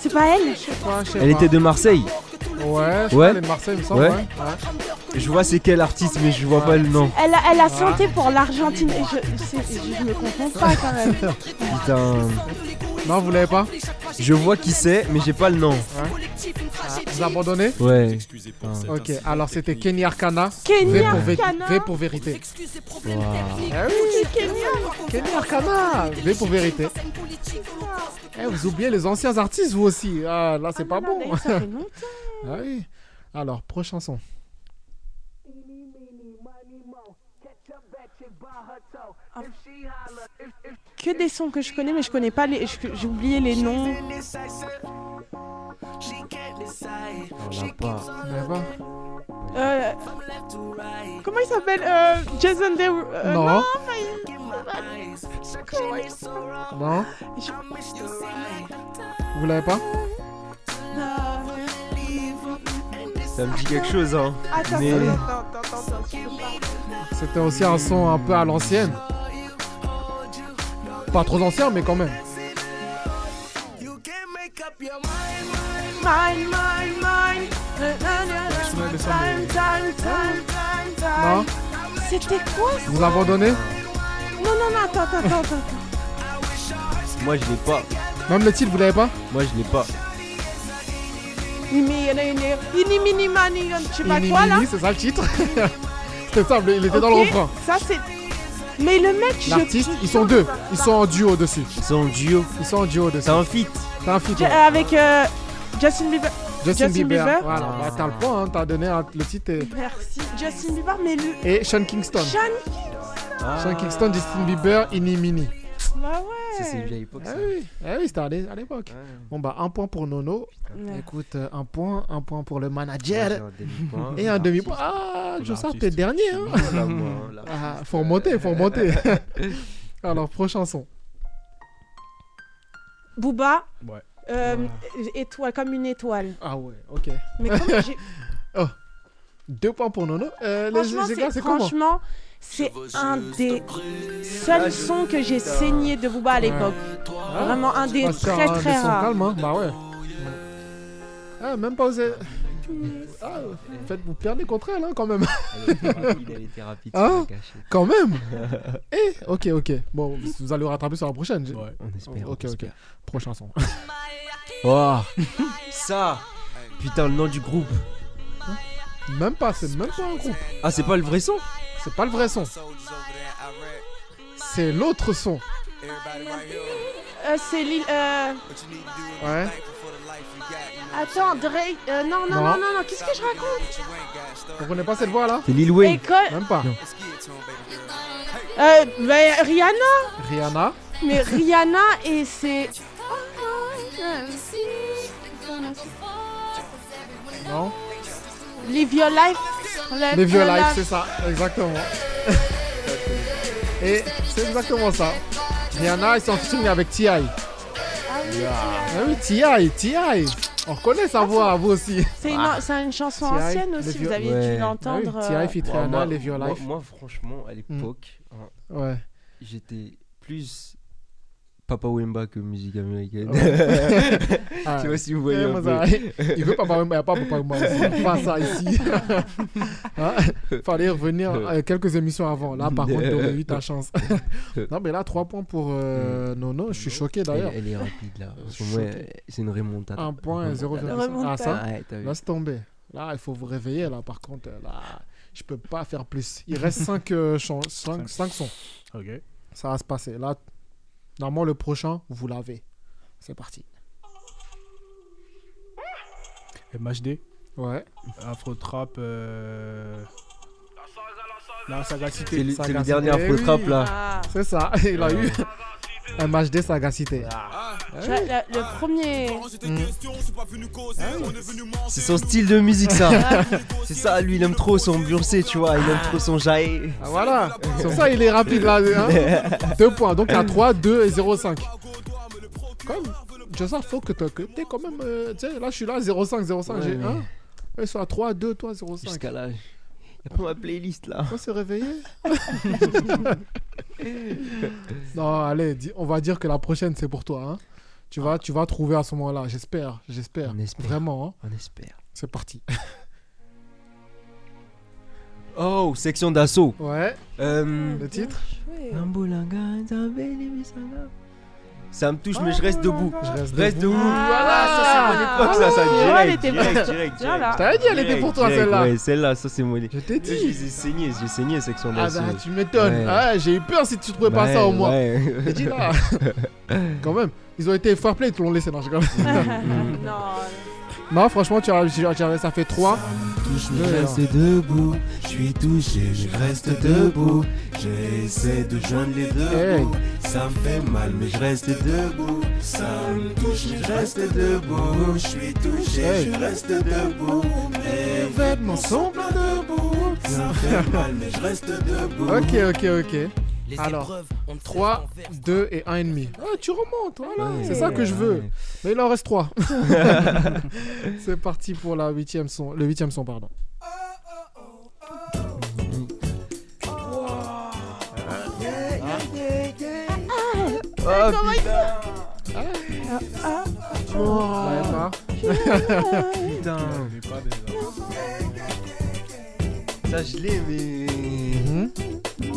C'est pas elle
Ouais, je sais
Elle
pas.
était de Marseille.
Ouais, je
Ouais.
crois qu'elle est de Marseille, il me semble.
Ouais.
ouais. Ouais.
Je vois c'est quel artiste, mais je vois pas le nom.
Elle a, elle a
Ah.
chanté pour l'Argentine. Et Je, c'est- je me confonds pas quand même.
Putain.
Non, vous l'avez pas
Je vois qui c'est, mais j'ai pas le nom.
Vous abandonnez
Ouais.
Excusez pour
Ah.
cette
Ok,
incident
alors c'était
technique.
Kenny Arcana. V
Kenny
pour, vé-
Arcana.
V pour vérité. Eh
Waouh.
oui,
Kenny
Kenny Arcana, V pour vérité. Eh, vous oubliez les anciens artistes, vous aussi. Ah, là, c'est pas
non, non,
bon.
d'ailleurs, ça fait longtemps.
Ah oui. Alors, prochain son.
Que des sons que je connais, mais je connais pas les. je- J'ai oublié les noms.
On l'a
Ah,
pas.
Vous l'avez pas
Euh, comment il s'appelle euh, Jason Day. euh,
non.
comment il-
Non.
Je-
Vous l'avez pas
Ça me dit quelque chose, hein.
Attends,
Mais-
attends, attends, attends, attends, je peux pas.
C'était aussi un son un peu à l'ancienne. Pas trop ancien, mais quand même.
Mine, mine, mine. Na, na, na, na. Time, time, time, time, time.
Non
C'était quoi ça
Vous abandonnez
Non, non, non, attends, attends, attends, attends.
Moi, je l'ai pas.
Même le titre, vous l'avez pas
Moi, je l'ai pas.
Mini, mini, mini, mini, mani, je sais pas
Ini
quoi là.
Mini, c'est ça le titre C'était ça, il était dans le
Ok,
refrain.
Ça c'est. Mais le mec, je-
L'artiste, ils sont deux. Ils sont en duo dessus.
Ils sont en duo.
Ils sont en duo dessus.
C'est un feat.
T'as un feat.
Je-
ouais.
euh, Avec euh, Justin Bieber.
Justin
Justin
Bieber.
Bieber.
Voilà, bah, t'as le point, hein, t'as donné un- le titre et,
Merci. Justin Bieber, mais le.
et Sean Kingston.
Sean.
Sean
Ah.
Kingston, Justin Bieber, Ini Mini.
Bah
Ça, c'est une
ouais.
vieille époque,
Ah
ça.
oui, ah oui c'était à l'é- à l'époque. Bon bah un point pour Nono.
Ouais.
Écoute, euh, un point, un point pour le manager.
Moi, j'ai un demi-point.
Et un demi-point. Ah, je sors tes derniers. Hein.
Voilà, moi, hein, là.
Ah, faut remonter, faut remonter. Alors, prochain son.
Booba.
Ouais.
euh, Étoile, comme une étoile.
Ah ouais, ok.
Mais comment j'ai-
Deux points pour Nono. Euh, les,
franchement,
les gars,
c'est-
c'est comment
franchement, c'est un des seuls sons que j'ai saigné de Booba à l'époque.
Ah,
Vraiment un des
parce que,
très
euh, des
très
sons
rares.
calmes, hein. Bah ouais. Ah, même pas osé. Ah, faites vous perdez contre elle hein, quand même.
Elle était rapide, elle était rapide. c'est
Hein
pas caché.
Quand même Eh, ok, ok. Bon, vous allez le rattraper sur la prochaine.
Ouais.
On espère.
Ok, ok.
on espère.
Prochain son.
Oh, ça Putain, le nom du groupe.
Même pas, c'est même pas un groupe.
Ah, c'est pas le vrai son
C'est pas le vrai son. C'est l'autre son.
euh, c'est Lil. euh,
Ouais.
Attends, Drake. euh, non, non,
Non.
non, non, non, qu'est-ce que je raconte
Vous connaissez pas cette voix là
C'est Lil Wayne.
École-
Même pas.
euh, bah, Rihanna
Rihanna.
Mais Rihanna et c'est.
Non.
Live Your Life. Euh, Live
Les vieux
Your
live, c'est ça, exactement. Et c'est exactement ça. Rihanna, ils sont featuring avec T.I. Ah oui, T.I., T.I. On reconnaît sa voix, vous aussi.
C'est une, c'est une chanson
T.I.,
ancienne
les
aussi,
vieux-
vous aviez
Ouais.
dû l'entendre.
Ah oui,
euh,
T.I. fit
Moi,
Rihanna,
moi-
les vieux
moi-
live.
Moi, franchement, à l'époque, hein,
Ouais.
j'étais plus Papa Wemba que musique américaine.
Ouais. Ah,
tu vois si vous voyez.
eh,
un
moi,
peu.
ça- Il veut pas parler, mais il y a pas Papa Wemba aussi. Pas ça ici. Hein Fallait revenir euh, quelques émissions avant. Là, par contre, t'aurais eu ta chance. non, mais là, 3 points pour euh, Nono. Je suis choqué
Elle,
d'ailleurs.
elle est rapide là. En ce moment,
Choqué.
elle- c'est une remontade.
Un point,
Remontade.
0,5. Ah, ça
Ouais, t'as vu.
Laisse tomber. Là, il faut vous réveiller. Là, par contre, là, je peux pas faire plus. Il reste euh, 5
Cinq.
sons.
Ok.
Ça va se passer. Là, normalement, le prochain, vous l'avez. C'est parti.
MHD,
Ouais.
Afro Trap. Euh... La sagacité.
C'est le, c'est le
Sagacité.
dernier
Eh
Afro Trap
oui.
là.
Ah.
C'est ça. Il a eu un match de sagacité.
Tu vois, le, le premier.
C'est son style de musique ça. c'est ça, lui il aime trop son Beyoncé, tu vois. Il aime trop son Jae.
Ah, voilà. C'est pour ça il est rapide là. 2 points. Donc, à 3, 2 et 0,5. Quand même, Joseph, faut que tu es quand même. euh, tu sais, là, je suis là, 0,5, 0,5.
Ouais,
J'ai
mais-
1. Ils sont à 3, 2, toi, 0,5.
Jusqu'à là. Y'a pas ma playlist là.
On s'est réveillé Non, allez, dis- on va dire que la prochaine, c'est pour toi. hein. Tu, vas, tu vas trouver à ce moment-là, j'espère, j'espère.
On espère.
Vraiment, hein.
On espère.
c'est parti.
Oh, section d'assaut.
Ouais,
Euh,
le titre
Ça me touche, mais
Ah,
je reste debout.
Je reste
Reste debout.
Ah.
Voilà, ça c'est mon époque,
Ah,
ça,
elle
ça direct,
était bonne.
direct, direct,
Bien là.
Je t'avais dit, elle était
direct,
pour toi,
direct.
celle-là.
Ouais, celle-là, ça c'est mon.
Je t'ai
Je
dit
les ai saignés, j'ai saigné section
Ah
d'assaut.
bah, tu m'étonnes.
Ouais.
Ah, J'ai eu peur si tu trouvais pas ça au moins. J'ai dit là. quand même, ils ont été fair play, ils te l'ont laissé. Non, je rigole.
non.
non, franchement, tu as, tu as- tu as- ça fait 3.
touche,
mais je reste
debout. Je suis touché, je reste debout. J'essaie de joindre les deux
Hey.
bouts. Ça me fait mal, mais je reste debout. Ça me touche, mais je reste debout. Je suis touché,
Hey.
je reste debout. Mes vêtements sont pleins de boue. Ça me fait mal, mais je reste debout.
Ok, ok, ok. Alors, 3, 2 et 1,5. Ah, tu remontes, voilà, c'est ça que je veux. Mais il en reste 3. c'est parti pour la huitième son, le huitième son, pardon. Ah, Ouais, pas.
Putain. Ça je l'ai, mais.
Mhm.
Putain.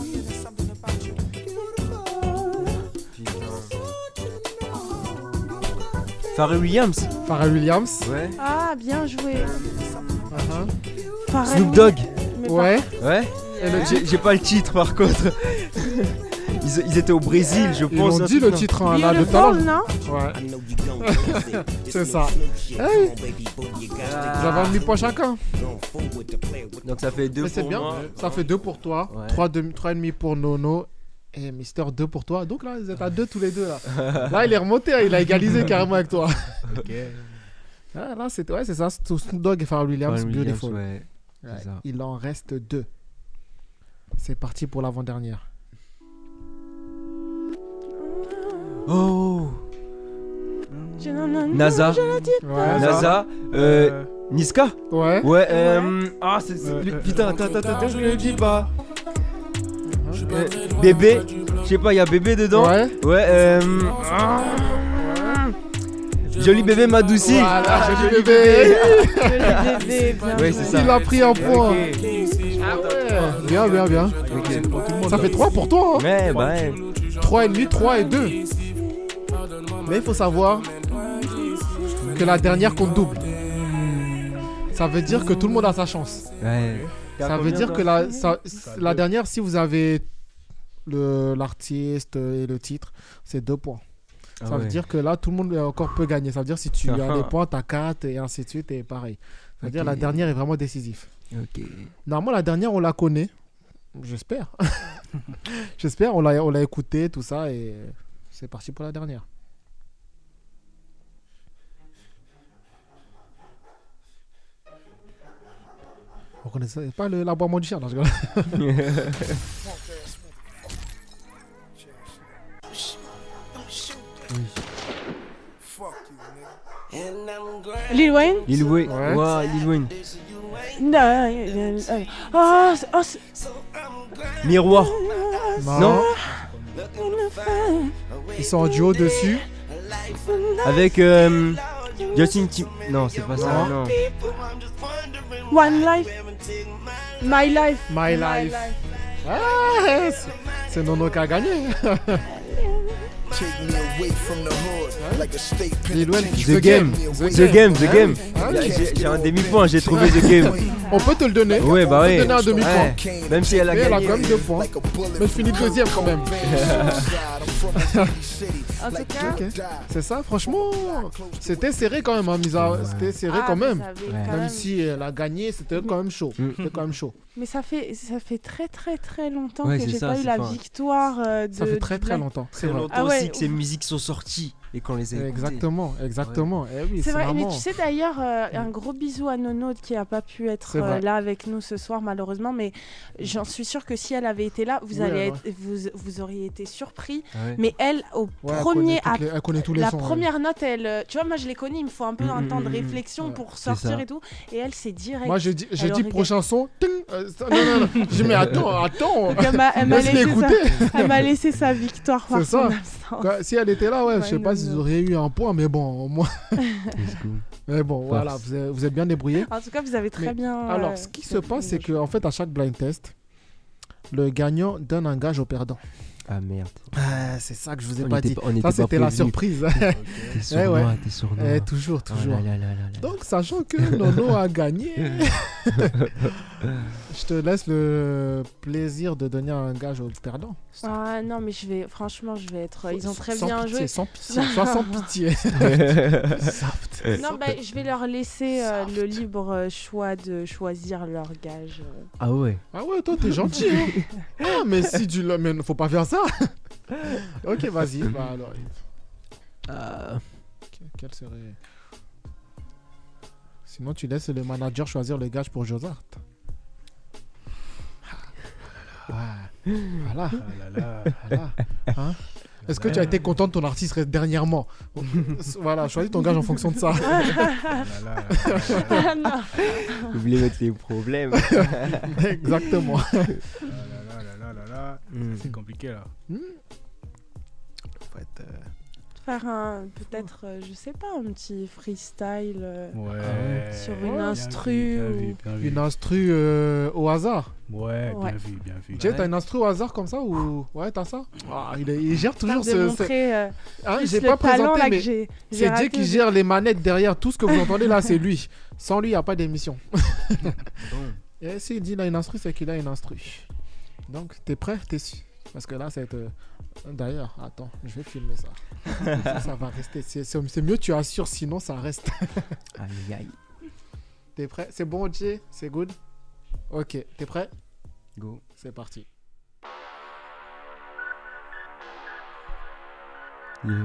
Pharrell Williams.
Pharrell Williams.
Ouais.
Ah, bien joué.
Uh-huh.
Pharrell
Snoop Dogg.
Mais par-
Ouais.
Ouais.
le-
J'ai j'ai pas le titre par contre. Ils, ils étaient au Brésil, je
Ils
pense.
l'ont
un
dit
truc,
le
non
titre hein, là de talent.
Beautiful, non
Ouais.
C'est ça.
ça.
Eh
Hey. Ils
Hey.
avaient mis points chacun.
Donc ça fait deux
Mais c'est
pour
bien.
moi.
Ça fait 2 pour toi,
Ouais.
3 et demi pour Nono et Mister 2 pour toi. Donc là, vous êtes à 2 tous les deux là. Là, il est remonté, hein, il a égalisé carrément avec toi.
Ok.
Ah, là, c'est ouais, c'est ça, Snoop Snoop Dogg et Pharrell Williams,
Pharrell Williams,
beautiful.
ouais.
Ouais,
C'est ça.
Il en reste deux. C'est parti pour l'avant-dernière.
Oh
Je- non, non, non,
NASA.
je le dis
Ouais.
NASA. Euh, Niska
Ouais.
Ouais, euh. Ah, c'est. c'est-
Ouais,
le-
euh,
Putain,
euh,
attends, attends, attends, je le dis pas. Euh, bébé,
Bébé.
je sais pas, y'a bébé dedans.
Ouais.
Ouais, euh. ah. Joli bébé Madoussi.
Voilà,
Ah,
joli bébé.
pas, je le dis, bien
Ouais,
joué.
c'est ça.
Il a pris un point. Ouais, Bien, bien, bien.
Ok.
Ça fait 3 pour toi. Hein.
Ouais, bah ouais.
3 et demi, 3 et 2. Mais il faut savoir que la dernière compte double. Ça veut dire que tout le monde a sa chance.
Ouais.
Ça veut dire que la, ça- la dernière, si vous avez le- l'artiste et le titre, c'est 2 points.
Ah
ça veut
ouais. Ah
dire que là, tout le monde euh, encore peut gagner. Ça veut dire si tu
Enfin.
as des points, t'as 4 et ainsi de suite, et pareil. Ça veut dire
Ok.
la dernière est vraiment décisive.
Ok.
Normalement, la dernière, on la connaît. J'espère. J'espère, on l'a on l'a écoutée, tout ça, et c'est parti pour la dernière. Vous reconnaissez pas le- l'aboiement du chien, non, je rigole.
Lil Wayne
Lil Wayne.
Ouais.
Ouah, Lil Wayne.
Non, euh, euh, oh, c'est- oh, c'est-
Miroir.
Non. Ils sont en duo dessus.
Avec euh, Justin Tim. Non, c'est pas ça. Non.
One Life My Life
My Life. Ah, c'est- c'est Nono qui a gagné.
Take me away from the
Hein?
hood like a state
Lil Wayne qui-
The Game. The Game, The Game.
Ah
J'ai j'ai un demi-point, j'ai trouvé The Game.
On peut te le donner.
Ouais, bah
On
ouais.
peut te donner un demi-point.
Ouais. Même si elle a
Mais
gagné.
quand même deux points. Mais je finis deuxième quand même.
En tout cas,
Ok. C'est ça, franchement, c'était serré quand même, hein, Misa. C'était serré
Ah,
quand
mais
même.
ça avait
Même
quand même-
si elle a gagné, c'était quand même chaud.
Mm.
C'était quand même chaud.
mais ça fait, ça fait très très très longtemps
Ouais,
que
c'est
j'ai
ça,
pas eu
c'est
la
pas-
victoire euh, de.
Ça fait très
du
très
Black-
longtemps. C'est
Très
vrai.
longtemps aussi que ces musiques sont sorties et qu'on les a écoutées.
Exactement, exactement. Eh oui,
C'est vrai, mais
vraiment-
tu sais d'ailleurs, euh, un gros bisou à Nono qui a pas pu être
C'est
euh,
vrai.
là avec nous ce soir malheureusement, mais j'en suis sûre que si elle avait été là, vous,
Oui,
allez
elle
être- vous, vous auriez été surpris.
Ah ouais.
Mais elle, au
Ouais, elle
premier,
connaît toutes les- elle connaît tous les
la
sons, elle.
première note, elle, euh, tu vois, moi je l'ai connue, il me faut un peu
Mm,
un
mm,
temps de
mm, mm.
réflexion
Ouais.
pour
C'est
sortir
ça.
et tout, et elle c'est direct.
Moi, je dis, je
Elle
dis
aurait-
prochain son. ting, euh, ça- non, non, non. Je dis, mais attends, attends.
Elle m'a- elle m'a
Laisse-les
laissé,
écouter.
sa- elle m'a laissé sa victoire par
C'est
son
ça.
absence.
Quand- si elle était là, ouais,
Ouais,
je sais
non,
pas si
non.
vous auriez eu un point, mais bon, au moins. mais bon, voilà,
Force.
vous êtes, vous êtes bien débrouillés.
En tout cas, vous avez très
Mais-
bien. euh,
Alors, ce qui
vous
se
avez-
passe, c'est qu'en fait, à chaque blind test, le gagnant donne un gage au perdant.
Ah merde.
Ah, c'est ça que je vous ai
On
pas
était
dit.
pas- on était
ça,
pas
c'était la
prévenus.
surprise.
T'es
Eh
sournois, t'es sournois.
Eh, toujours,
Oh
toujours.
là là là là là.
Donc, sachant que Nono a gagné, je te laisse le plaisir de donner un gage au perdant.
Ah non, mais je vais, franchement, je vais être. Bah, Ils ont très
Sans
bien
pitié,
joué.
sans pitié, sois sans pitié. Soft.
Non, bah, je vais leur laisser euh, le libre euh, choix de choisir leur gage. euh.
Ah ouais.
Ah ouais, toi, t'es gentil. hein. ah, mais si tu le. Mais faut pas faire ça. ok, vas-y. Bah, alors. Que- Quel serait. Sinon, tu laisses le manager choisir le gage pour Josart. Ah. Voilà.
Ah
Voilà. Hein Est-ce que tu as été content de ton artiste dernièrement Voilà, choisis ton gage en fonction de ça.
ah
Ah,
Vous voulez mettre les problèmes.
Exactement.
Ah là là là là,
Hmm.
c'est compliqué là. Faut être, euh,
Faire un, peut-être, euh, je sais pas, un petit freestyle euh,
Ah Ouais.
sur
Ouais.
une
Bien
instru.
vu, bien
ou-
vu, bien vu.
Une instru euh, au hasard
Ouais,
Ouais.
bien vu, bien vu.
Jay, t'as une instru au hasard comme ça ou Ouais, t'as ça Ah, il, est- il gère toujours
de
ce.
montrer,
ce-
euh,
Hein,
plus
j'ai
le
pas
talent,
présenté,
là, que
mais
j'ai-
c'est
j'ai
Jay
raté.
qui gère les manettes derrière. Tout ce que vous entendez là, c'est lui. Sans lui, il n'y a pas d'émission. Et s'il dit qu'il a une instru, c'est qu'il a une instru. Donc, t'es prêt T'es sûr Parce que là, ça va être. euh, D'ailleurs, attends, je vais filmer ça. ça, ça va rester. C'est- C'est c'est mieux, tu assures, sinon ça reste.
Aïe aïe.
T'es prêt C'est bon, Jay C'est good Ok, t'es prêt
Go.
C'est parti.
Yeah.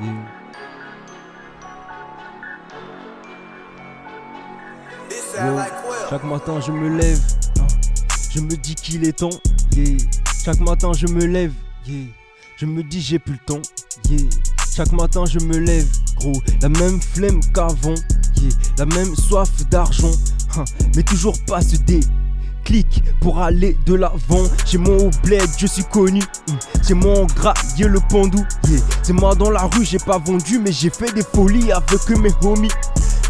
Yeah. Yo, Chaque matin je me lève, je me dis qu'il est temps. yeah. Chaque matin je me lève, yeah. je me dis j'ai plus le temps. yeah. Chaque matin je me lève, gros, la même flemme qu'avant, yeah. la même soif d'argent, hein. mais toujours pas ce dé. Clic pour aller de l'avant. Chez moi au bled, je suis connu. mm. Chez moi en gras, yeah, le pandou. yeah. C'est moi dans la rue, j'ai pas vendu, mais j'ai fait des folies avec mes homies.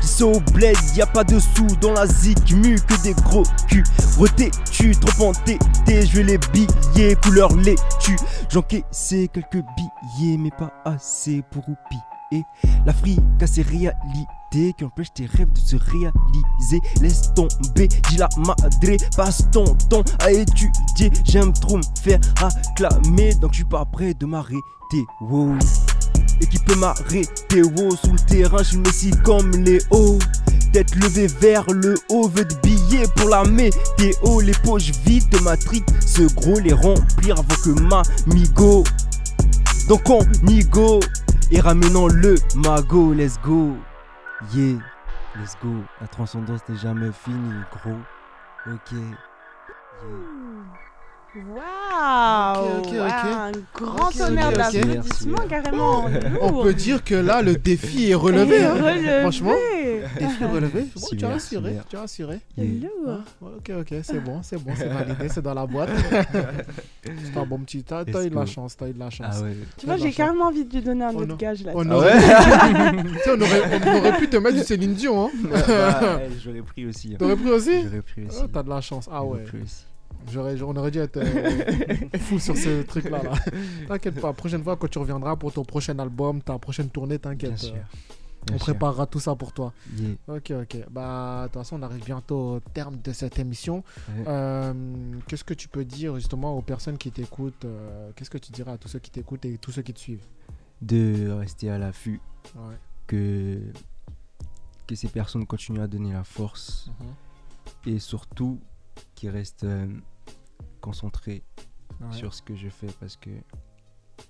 C'est au bled, y a pas de sous dans la zik, mu que des gros culs. Reté, tu trop entêté, je vais les billets, couleur les tu. J'encaissais quelques billets, mais pas assez pour roupiller. L'Afrique a ses réalités qui empêchent tes rêves de se réaliser. Laisse tomber, dis la madre, passe ton temps à étudier. J'aime trop me faire acclamer, donc je suis pas prêt de m'arrêter. Wow. Et qui peut m'arrêter, wow. Sous le terrain, je suis le Messi comme Léo. Tête levée vers le haut, veut de billets pour la météo. Les poches vides de ma trique, ce gros les remplir avant que ma migo. Donc on migo et ramenons le mago, let's go. Yeah, let's go. La transcendance n'est jamais finie, gros. Ok.
Waouh!
Ok, ok, ok.
Waouh, Un grand
Ok,
honneur
ok, ok.
d'applaudissement, carrément.
On
Lourd.
peut dire que là, le défi est relevé.
Et
hein.
relevé.
Franchement, défi relevé. Bon, tu as
Cyber,
assuré,
cyber.
tu as assuré.
Yeah. Lourd.
Ah, ok, ok, c'est bon, c'est bon, c'est validé, c'est dans la boîte. c'est un bon petit. T'as t'as eu de la
Let's go.
chance, t'as eu de la chance.
Ah ouais.
Tu vois, j'ai carrément envie de lui donner
Oh
un autre gage là.
On aurait... Tu sais, on, aurait, on aurait pu te mettre du Céline Dion. Hein.
Ouais, bah, ouais, j'aurais pris aussi, hein.
T'aurais pris aussi
J'aurais pris aussi.
Oh, T'as de la chance. Ah
J'aurais
ouais.
pris aussi.
J'aurais, on aurait dû être euh, fou sur ce truc-là. Là. T'inquiète pas, prochaine fois quand tu reviendras pour ton prochain album, ta prochaine tournée, t'inquiète.
Bien sûr.
euh,
Bien
on
sûr.
préparera tout ça pour toi.
Yeah.
Ok, ok. Bah, de toute façon, on arrive bientôt au terme de cette émission.
Ouais.
Euh, qu'est-ce que tu peux dire justement aux personnes qui t'écoutent euh, Qu'est-ce que tu diras à tous ceux qui t'écoutent et tous ceux qui te suivent
de rester à l'affût,
Ouais.
que, que ces personnes continuent à donner la force et surtout qu'ils restent euh, concentrés
Ouais.
sur ce que je fais parce que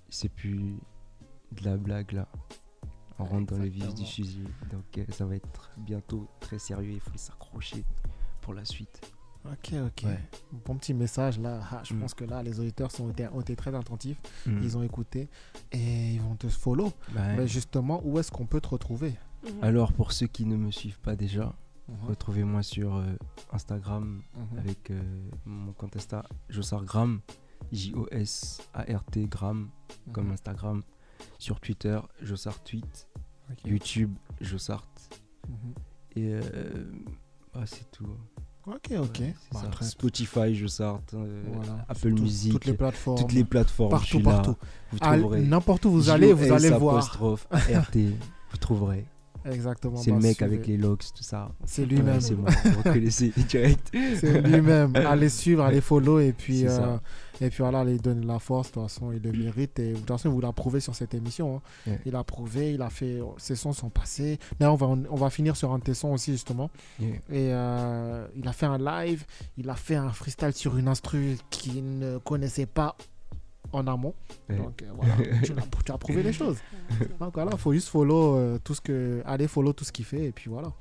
c'est plus de la blague là. On rentre dans le vif du
exactement.
fusil, donc euh, ça va être bientôt très sérieux. Il faut s'accrocher pour la suite.
Ok, ok.
Ouais.
Bon petit message là. Ah, je
Mm.
pense que là, les auditeurs sont, ont été- ont été très attentifs.
Mm.
Ils ont écouté et ils vont te follow.
Bah ouais.
Mais justement, où est-ce qu'on peut te retrouver
Alors pour ceux qui ne me suivent pas déjà,
Mhm.
retrouvez-moi sur euh, Instagram
Mhm.
avec euh, mon compte Insta Josargram, J O S A R T Gram comme
Mhm.
Instagram, sur Twitter Josart Tweet,
Ok.
YouTube Josart
Mhm.
et euh, bah, c'est tout.
Ok, ok.
Ouais, c'est
Bah,
ça.
très-
Spotify Josart, euh,
Voilà.
Apple
Tout-
Music,
toutes les plateformes.
toutes les plateformes,
Partout,
je suis là.
partout.
Vous
Allez,
trouverez
n'importe où vous allez, vous
JOS
allez voir.
apostrophe ART, vous trouverez.
Exactement,
C'est le
bah,
mec
suivez.
avec les logs, tout ça.
C'est lui-même.
Ouais, C'est moi, vous reconnaissez direct.
C'est lui-même. Allez suivre, allez follow et puis
C'est ça. Mm.
euh, et puis voilà, allez lui donner la force. De toute façon, il le mérite et de toute façon, il vous l'a prouvé sur cette émission. hein.
Ouais.
Il a prouvé, il a fait. Ses sons sont passés. Là, on va on va finir sur un de tes sons aussi justement.
Yeah.
Et euh, il a fait un live, il a fait un freestyle sur une instru qu'il ne connaissait pas en amont.
Ouais.
Donc euh, voilà, tu, l'as- tu as prouvé les choses. Donc voilà, faut juste follow euh, tout ce que, aller follow tout ce qu'il fait et puis voilà.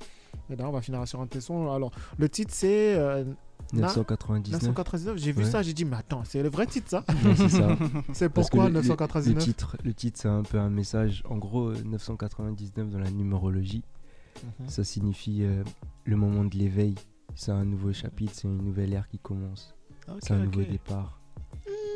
Et d'ailleurs, on va finir sur un tesson. Alors, le titre c'est euh, Na-
999.
999. J'ai vu
Ouais.
ça, j'ai dit mais attends, c'est le vrai titre ça
Ouais, c'est ça.
C'est
Parce que
pourquoi
le- le-
999
le, titre, le titre, c'est un peu un message. En gros, euh, 999 dans la numérologie,
Mhm.
ça signifie euh, le moment de l'éveil. C'est un nouveau chapitre, c'est une nouvelle ère qui commence.
Ok,
c'est un nouveau
ok.
départ.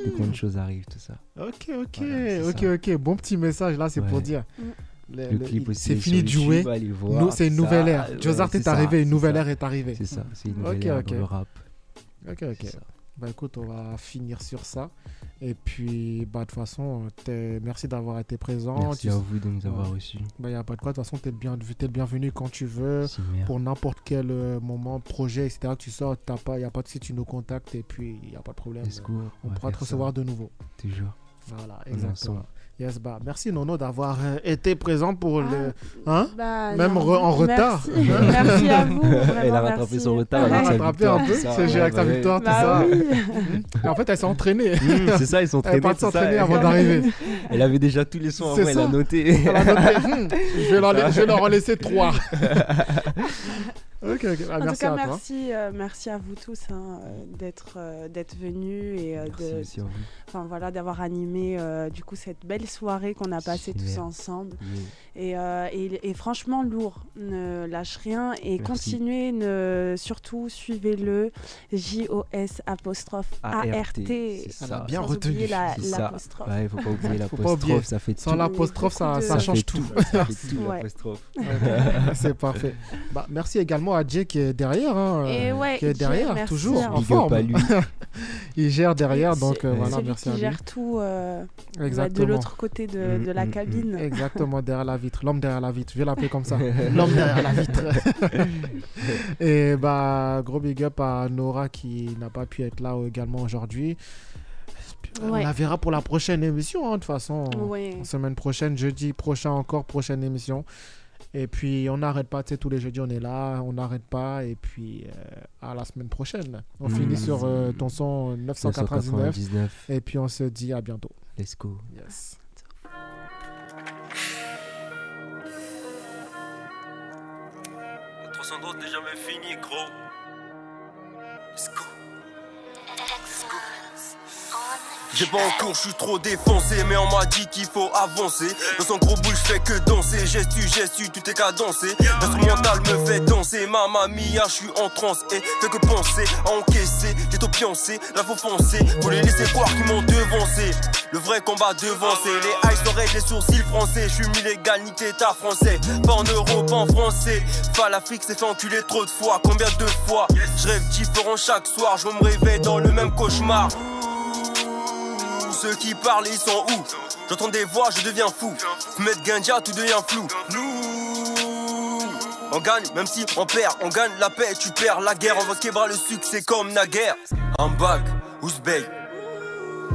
Des grandes choses arrivent, tout ça.
Ok, ok,
Voilà, c'est
ok,
ça.
ok. Bon petit message là, c'est pour
Ouais.
dire.
Mm.
Le-
Le
Euh, le-
clip aussi
C'est
est
fini
sur
de jouer.
YouTube, allez voir,
Nous, c'est une
tout ça.
nouvelle ère.
Ouais,
Josart
c'est
est
ça,
arrivé, une
c'est
nouvelle
ça.
ère est arrivée.
C'est ça, c'est une
Ok,
nouvelle ère dans
ok.
le rap.
Ok, ok. Bah écoute, on va finir sur ça. Et puis, bah de toute façon, t'es- merci d'avoir été présent.
Merci
Oh, Tu-
à vous de nous avoir reçus.
Bah y a pas de quoi. De toute façon, t'es le bien, t'es le bienvenu quand tu veux,
C'est merde.
Euh, pour n'importe quel euh, moment, projet, etc. Que tu sors, t'as pas, y a pas de si tu nous contactes et puis y a pas de problème.
Let's go,
on
on
pourra
va
te
faire ça.
recevoir de nouveau.
Toujours.
Voilà,
On est
exactement.
ensemble.
Yes, bah, merci Nono d'avoir euh, été présent pour
Ah.
le. Hein
bah,
Même
non,
re- en retard.
merci. Merci à vous, vraiment,
Elle a rattrapé
merci.
son retard
Elle a
avec sa
rattrapé un
victoire,
peu,
tout ça.
c'est
Ouais,
géré avec
bah
sa
ouais.
victoire, tout
Bah
ça.
oui.
Et hein? en fait, elle s'est entraînée.
Mmh, c'est ça, ils sont
Elle
entraînés.
part de
c'est ça.
s'entraîner avant d'arriver.
Elle avait déjà tous les sons avant,
C'est
elle a
ça.
noté.
Elle a noté. Hmm, je, vais leur,
Ça.
je vais leur en laisser trois. Ok, ok. Ah,
en
merci
tout cas,
à toi.
merci, euh, merci à vous tous hein, euh, d'être euh, d'être venus et euh,
Merci,
de-
merci à vous.
enfin voilà d'avoir animé euh, du coup cette belle soirée qu'on a passée tous
Génial.
ensemble.
Yeah.
Et, euh, et- et franchement lourd, ne lâche rien et
Merci.
continuez, ne, surtout suivez-le J O S apostrophe A R T.
c'est ça.
Sans oublier la-
C'est ça.
l'apostrophe.
Ouais, faut pas oublier
Faut pas oublier.
l'apostrophe, ça fait tout.
Sans l'apostrophe, ça,
euh,
ça
fait
change tout.
Ça fait tout,
Ouais.
l'apostrophe.
Ok, C'est parfait. Bah, merci également à Jay qui est derrière. hein,
Et
euh,
ouais,
qui est
Jay,
derrière,
merci,
toujours
hein.
en
Big up
forme.
à lui.
Il gère derrière, donc euh,
C'est
voilà,
celui
merci
qui
à lui.
gère tout euh, bah, de
Exactement.
l'autre côté de, de la
Mm, mm, mm.
cabine.
Exactement, derrière la vitre. L'homme derrière la vitre. Je vais l'appeler comme ça. L'homme derrière la vitre. Et bah, gros big up à Nora qui n'a pas pu être là également aujourd'hui.
Ouais.
On la verra pour la prochaine émission, hein, de toute façon.
Ouais.
Semaine prochaine, jeudi prochain encore, prochaine émission. Et puis, on n'arrête pas, tu sais, tous les jeudis, on est là, on n'arrête pas. Et puis, euh, à la semaine prochaine. On
Mm.
finit sur euh, ton son 999.
999.
Et puis, on se dit à bientôt.
Let's go.
Yes.
t'es jamais fini, gros. Let's go. J'ai pas encore, je suis trop défoncé, mais on m'a dit qu'il faut avancer. Dans son gros boule, je fais que danser. Gestu, gestu, tout est cadencé. L'instrumental me fait danser. Ma mia, je suis en transe. Et fais que penser, à encaisser. J'ai tout pioncé, là faut penser. Faut les laisser croire qu'ils m'ont devancé. Le vrai combat devancé. Les eyes s'arrêtent, les sourcils français. Je suis illégal, nique l'état français. Pas en Europe, en français. Pas l'Afrique, s'est fait enculer trop de fois. Combien de fois Je rêve différent chaque soir. Je me réveille dans le même cauchemar. Ceux qui parlent, ils sont où J'entends des voix, je deviens fou. Mettre Gandia, tout devient flou. Nous, on gagne, même si on perd. On gagne la paix, tu perds la guerre. On va québra le succès comme naguère. En bac, Ouzbek.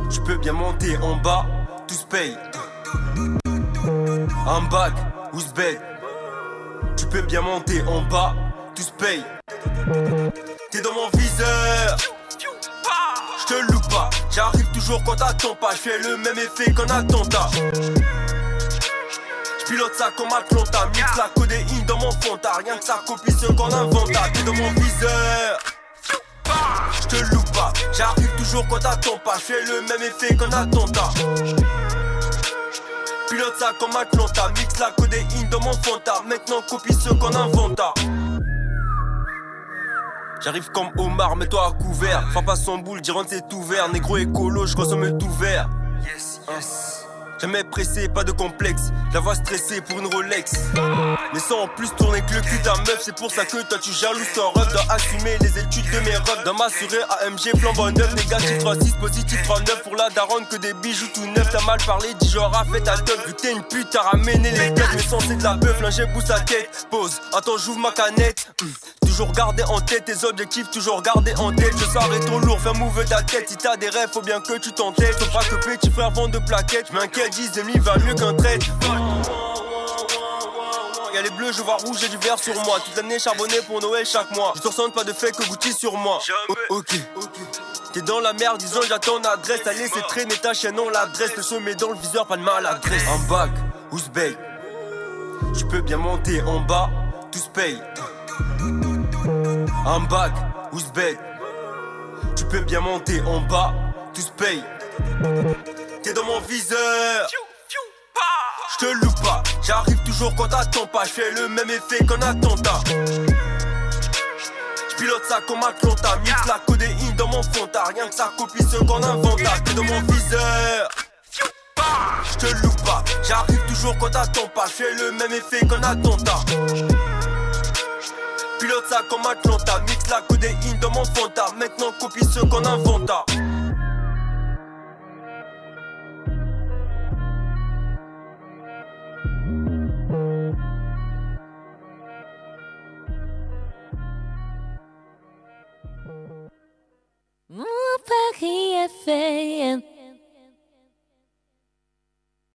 Tu peux bien monter en bas, tout se paye. En bac, Ouzbek. Tu peux bien monter en bas, tout se paye. T'es dans mon viseur. Ah. Je te loue pas, j'arrive toujours quand t'attends pas, je fais le même effet qu'un attentat. Je pilote ça comme Atlanta, mixe la codéine dans mon frontal, rien que ça copie ce qu'on inventa, t'es dans mon viseur. Je te loue pas, j'arrive toujours quand t'attends pas, je fais le même effet qu'un attentat. Pilote ça comme Atlanta, mixe la codéine dans mon frontal, maintenant copie ce qu'on inventa. J'arrive comme Omar, mets-toi à couvert. Frappe à son boule, diront que c'est ouvert. Négro écolo, je consomme tout vert. Yes, yes. Jamais pressé, pas de complexe. La voix stressée pour une Rolex. Mais sans en plus tourner que le cul d'un meuf, c'est pour ça que toi tu jalouses ton rêve. Dois assumer les études de mes rêves. Dois m'assurer AMG, flambant neuf. Négatif 3-6, positif 3-9. Pour la daronne, que des bijoux tout neuf. T'as mal parlé, dis genre, ah, fais ta teuf. Vu que t'es une pute, t'as ramené les têtes. Mais sans c'est de la bœuf, là j'ai pousse la tête. Pause, attends, j'ouvre ma canette. Hum. Toujours garder en tête tes objectifs, toujours garder en tête. Je serai ton lourd, fais move ta tête. Si t'as des rêves, faut bien que tu t'entêtes. Faut pas que petit frère vend de plaquettes. Je m'inquiète, 10 demi va mieux qu'un trait. Y'a les bleus, je vois rouge, j'ai du vert sur moi. Toute l'année charbonné pour Noël chaque mois. Je te ressens pas de fait que Gucci sur moi. O- ok. T'es dans la merde, disons j'attends l'adresse. Allez, laissé traîner ta chaîne, non l'adresse. Le sommet dans le viseur, pas de maladresse. En bac, Ouzbek. Tu peux bien monter en bas, tout se paye. En bac, Ouzbek. Tu peux bien monter en bas, tout se paye. T'es dans mon viseur. Je te loue pas, j'arrive toujours quand t'attends pas. Je fais le même effet qu'un attentat. Je pilote ça comme Atlanta, mixe la codéine dans mon frontal. Rien que ça copie ce qu'on inventa. T'es dans mon viseur. Je te loue pas, j'arrive toujours quand t'attends pas. Je fais le même effet qu'un attentat. Pilote ça comme Atlanta, mixe la codéine dans mon fanta. Maintenant copie ce qu'on inventa.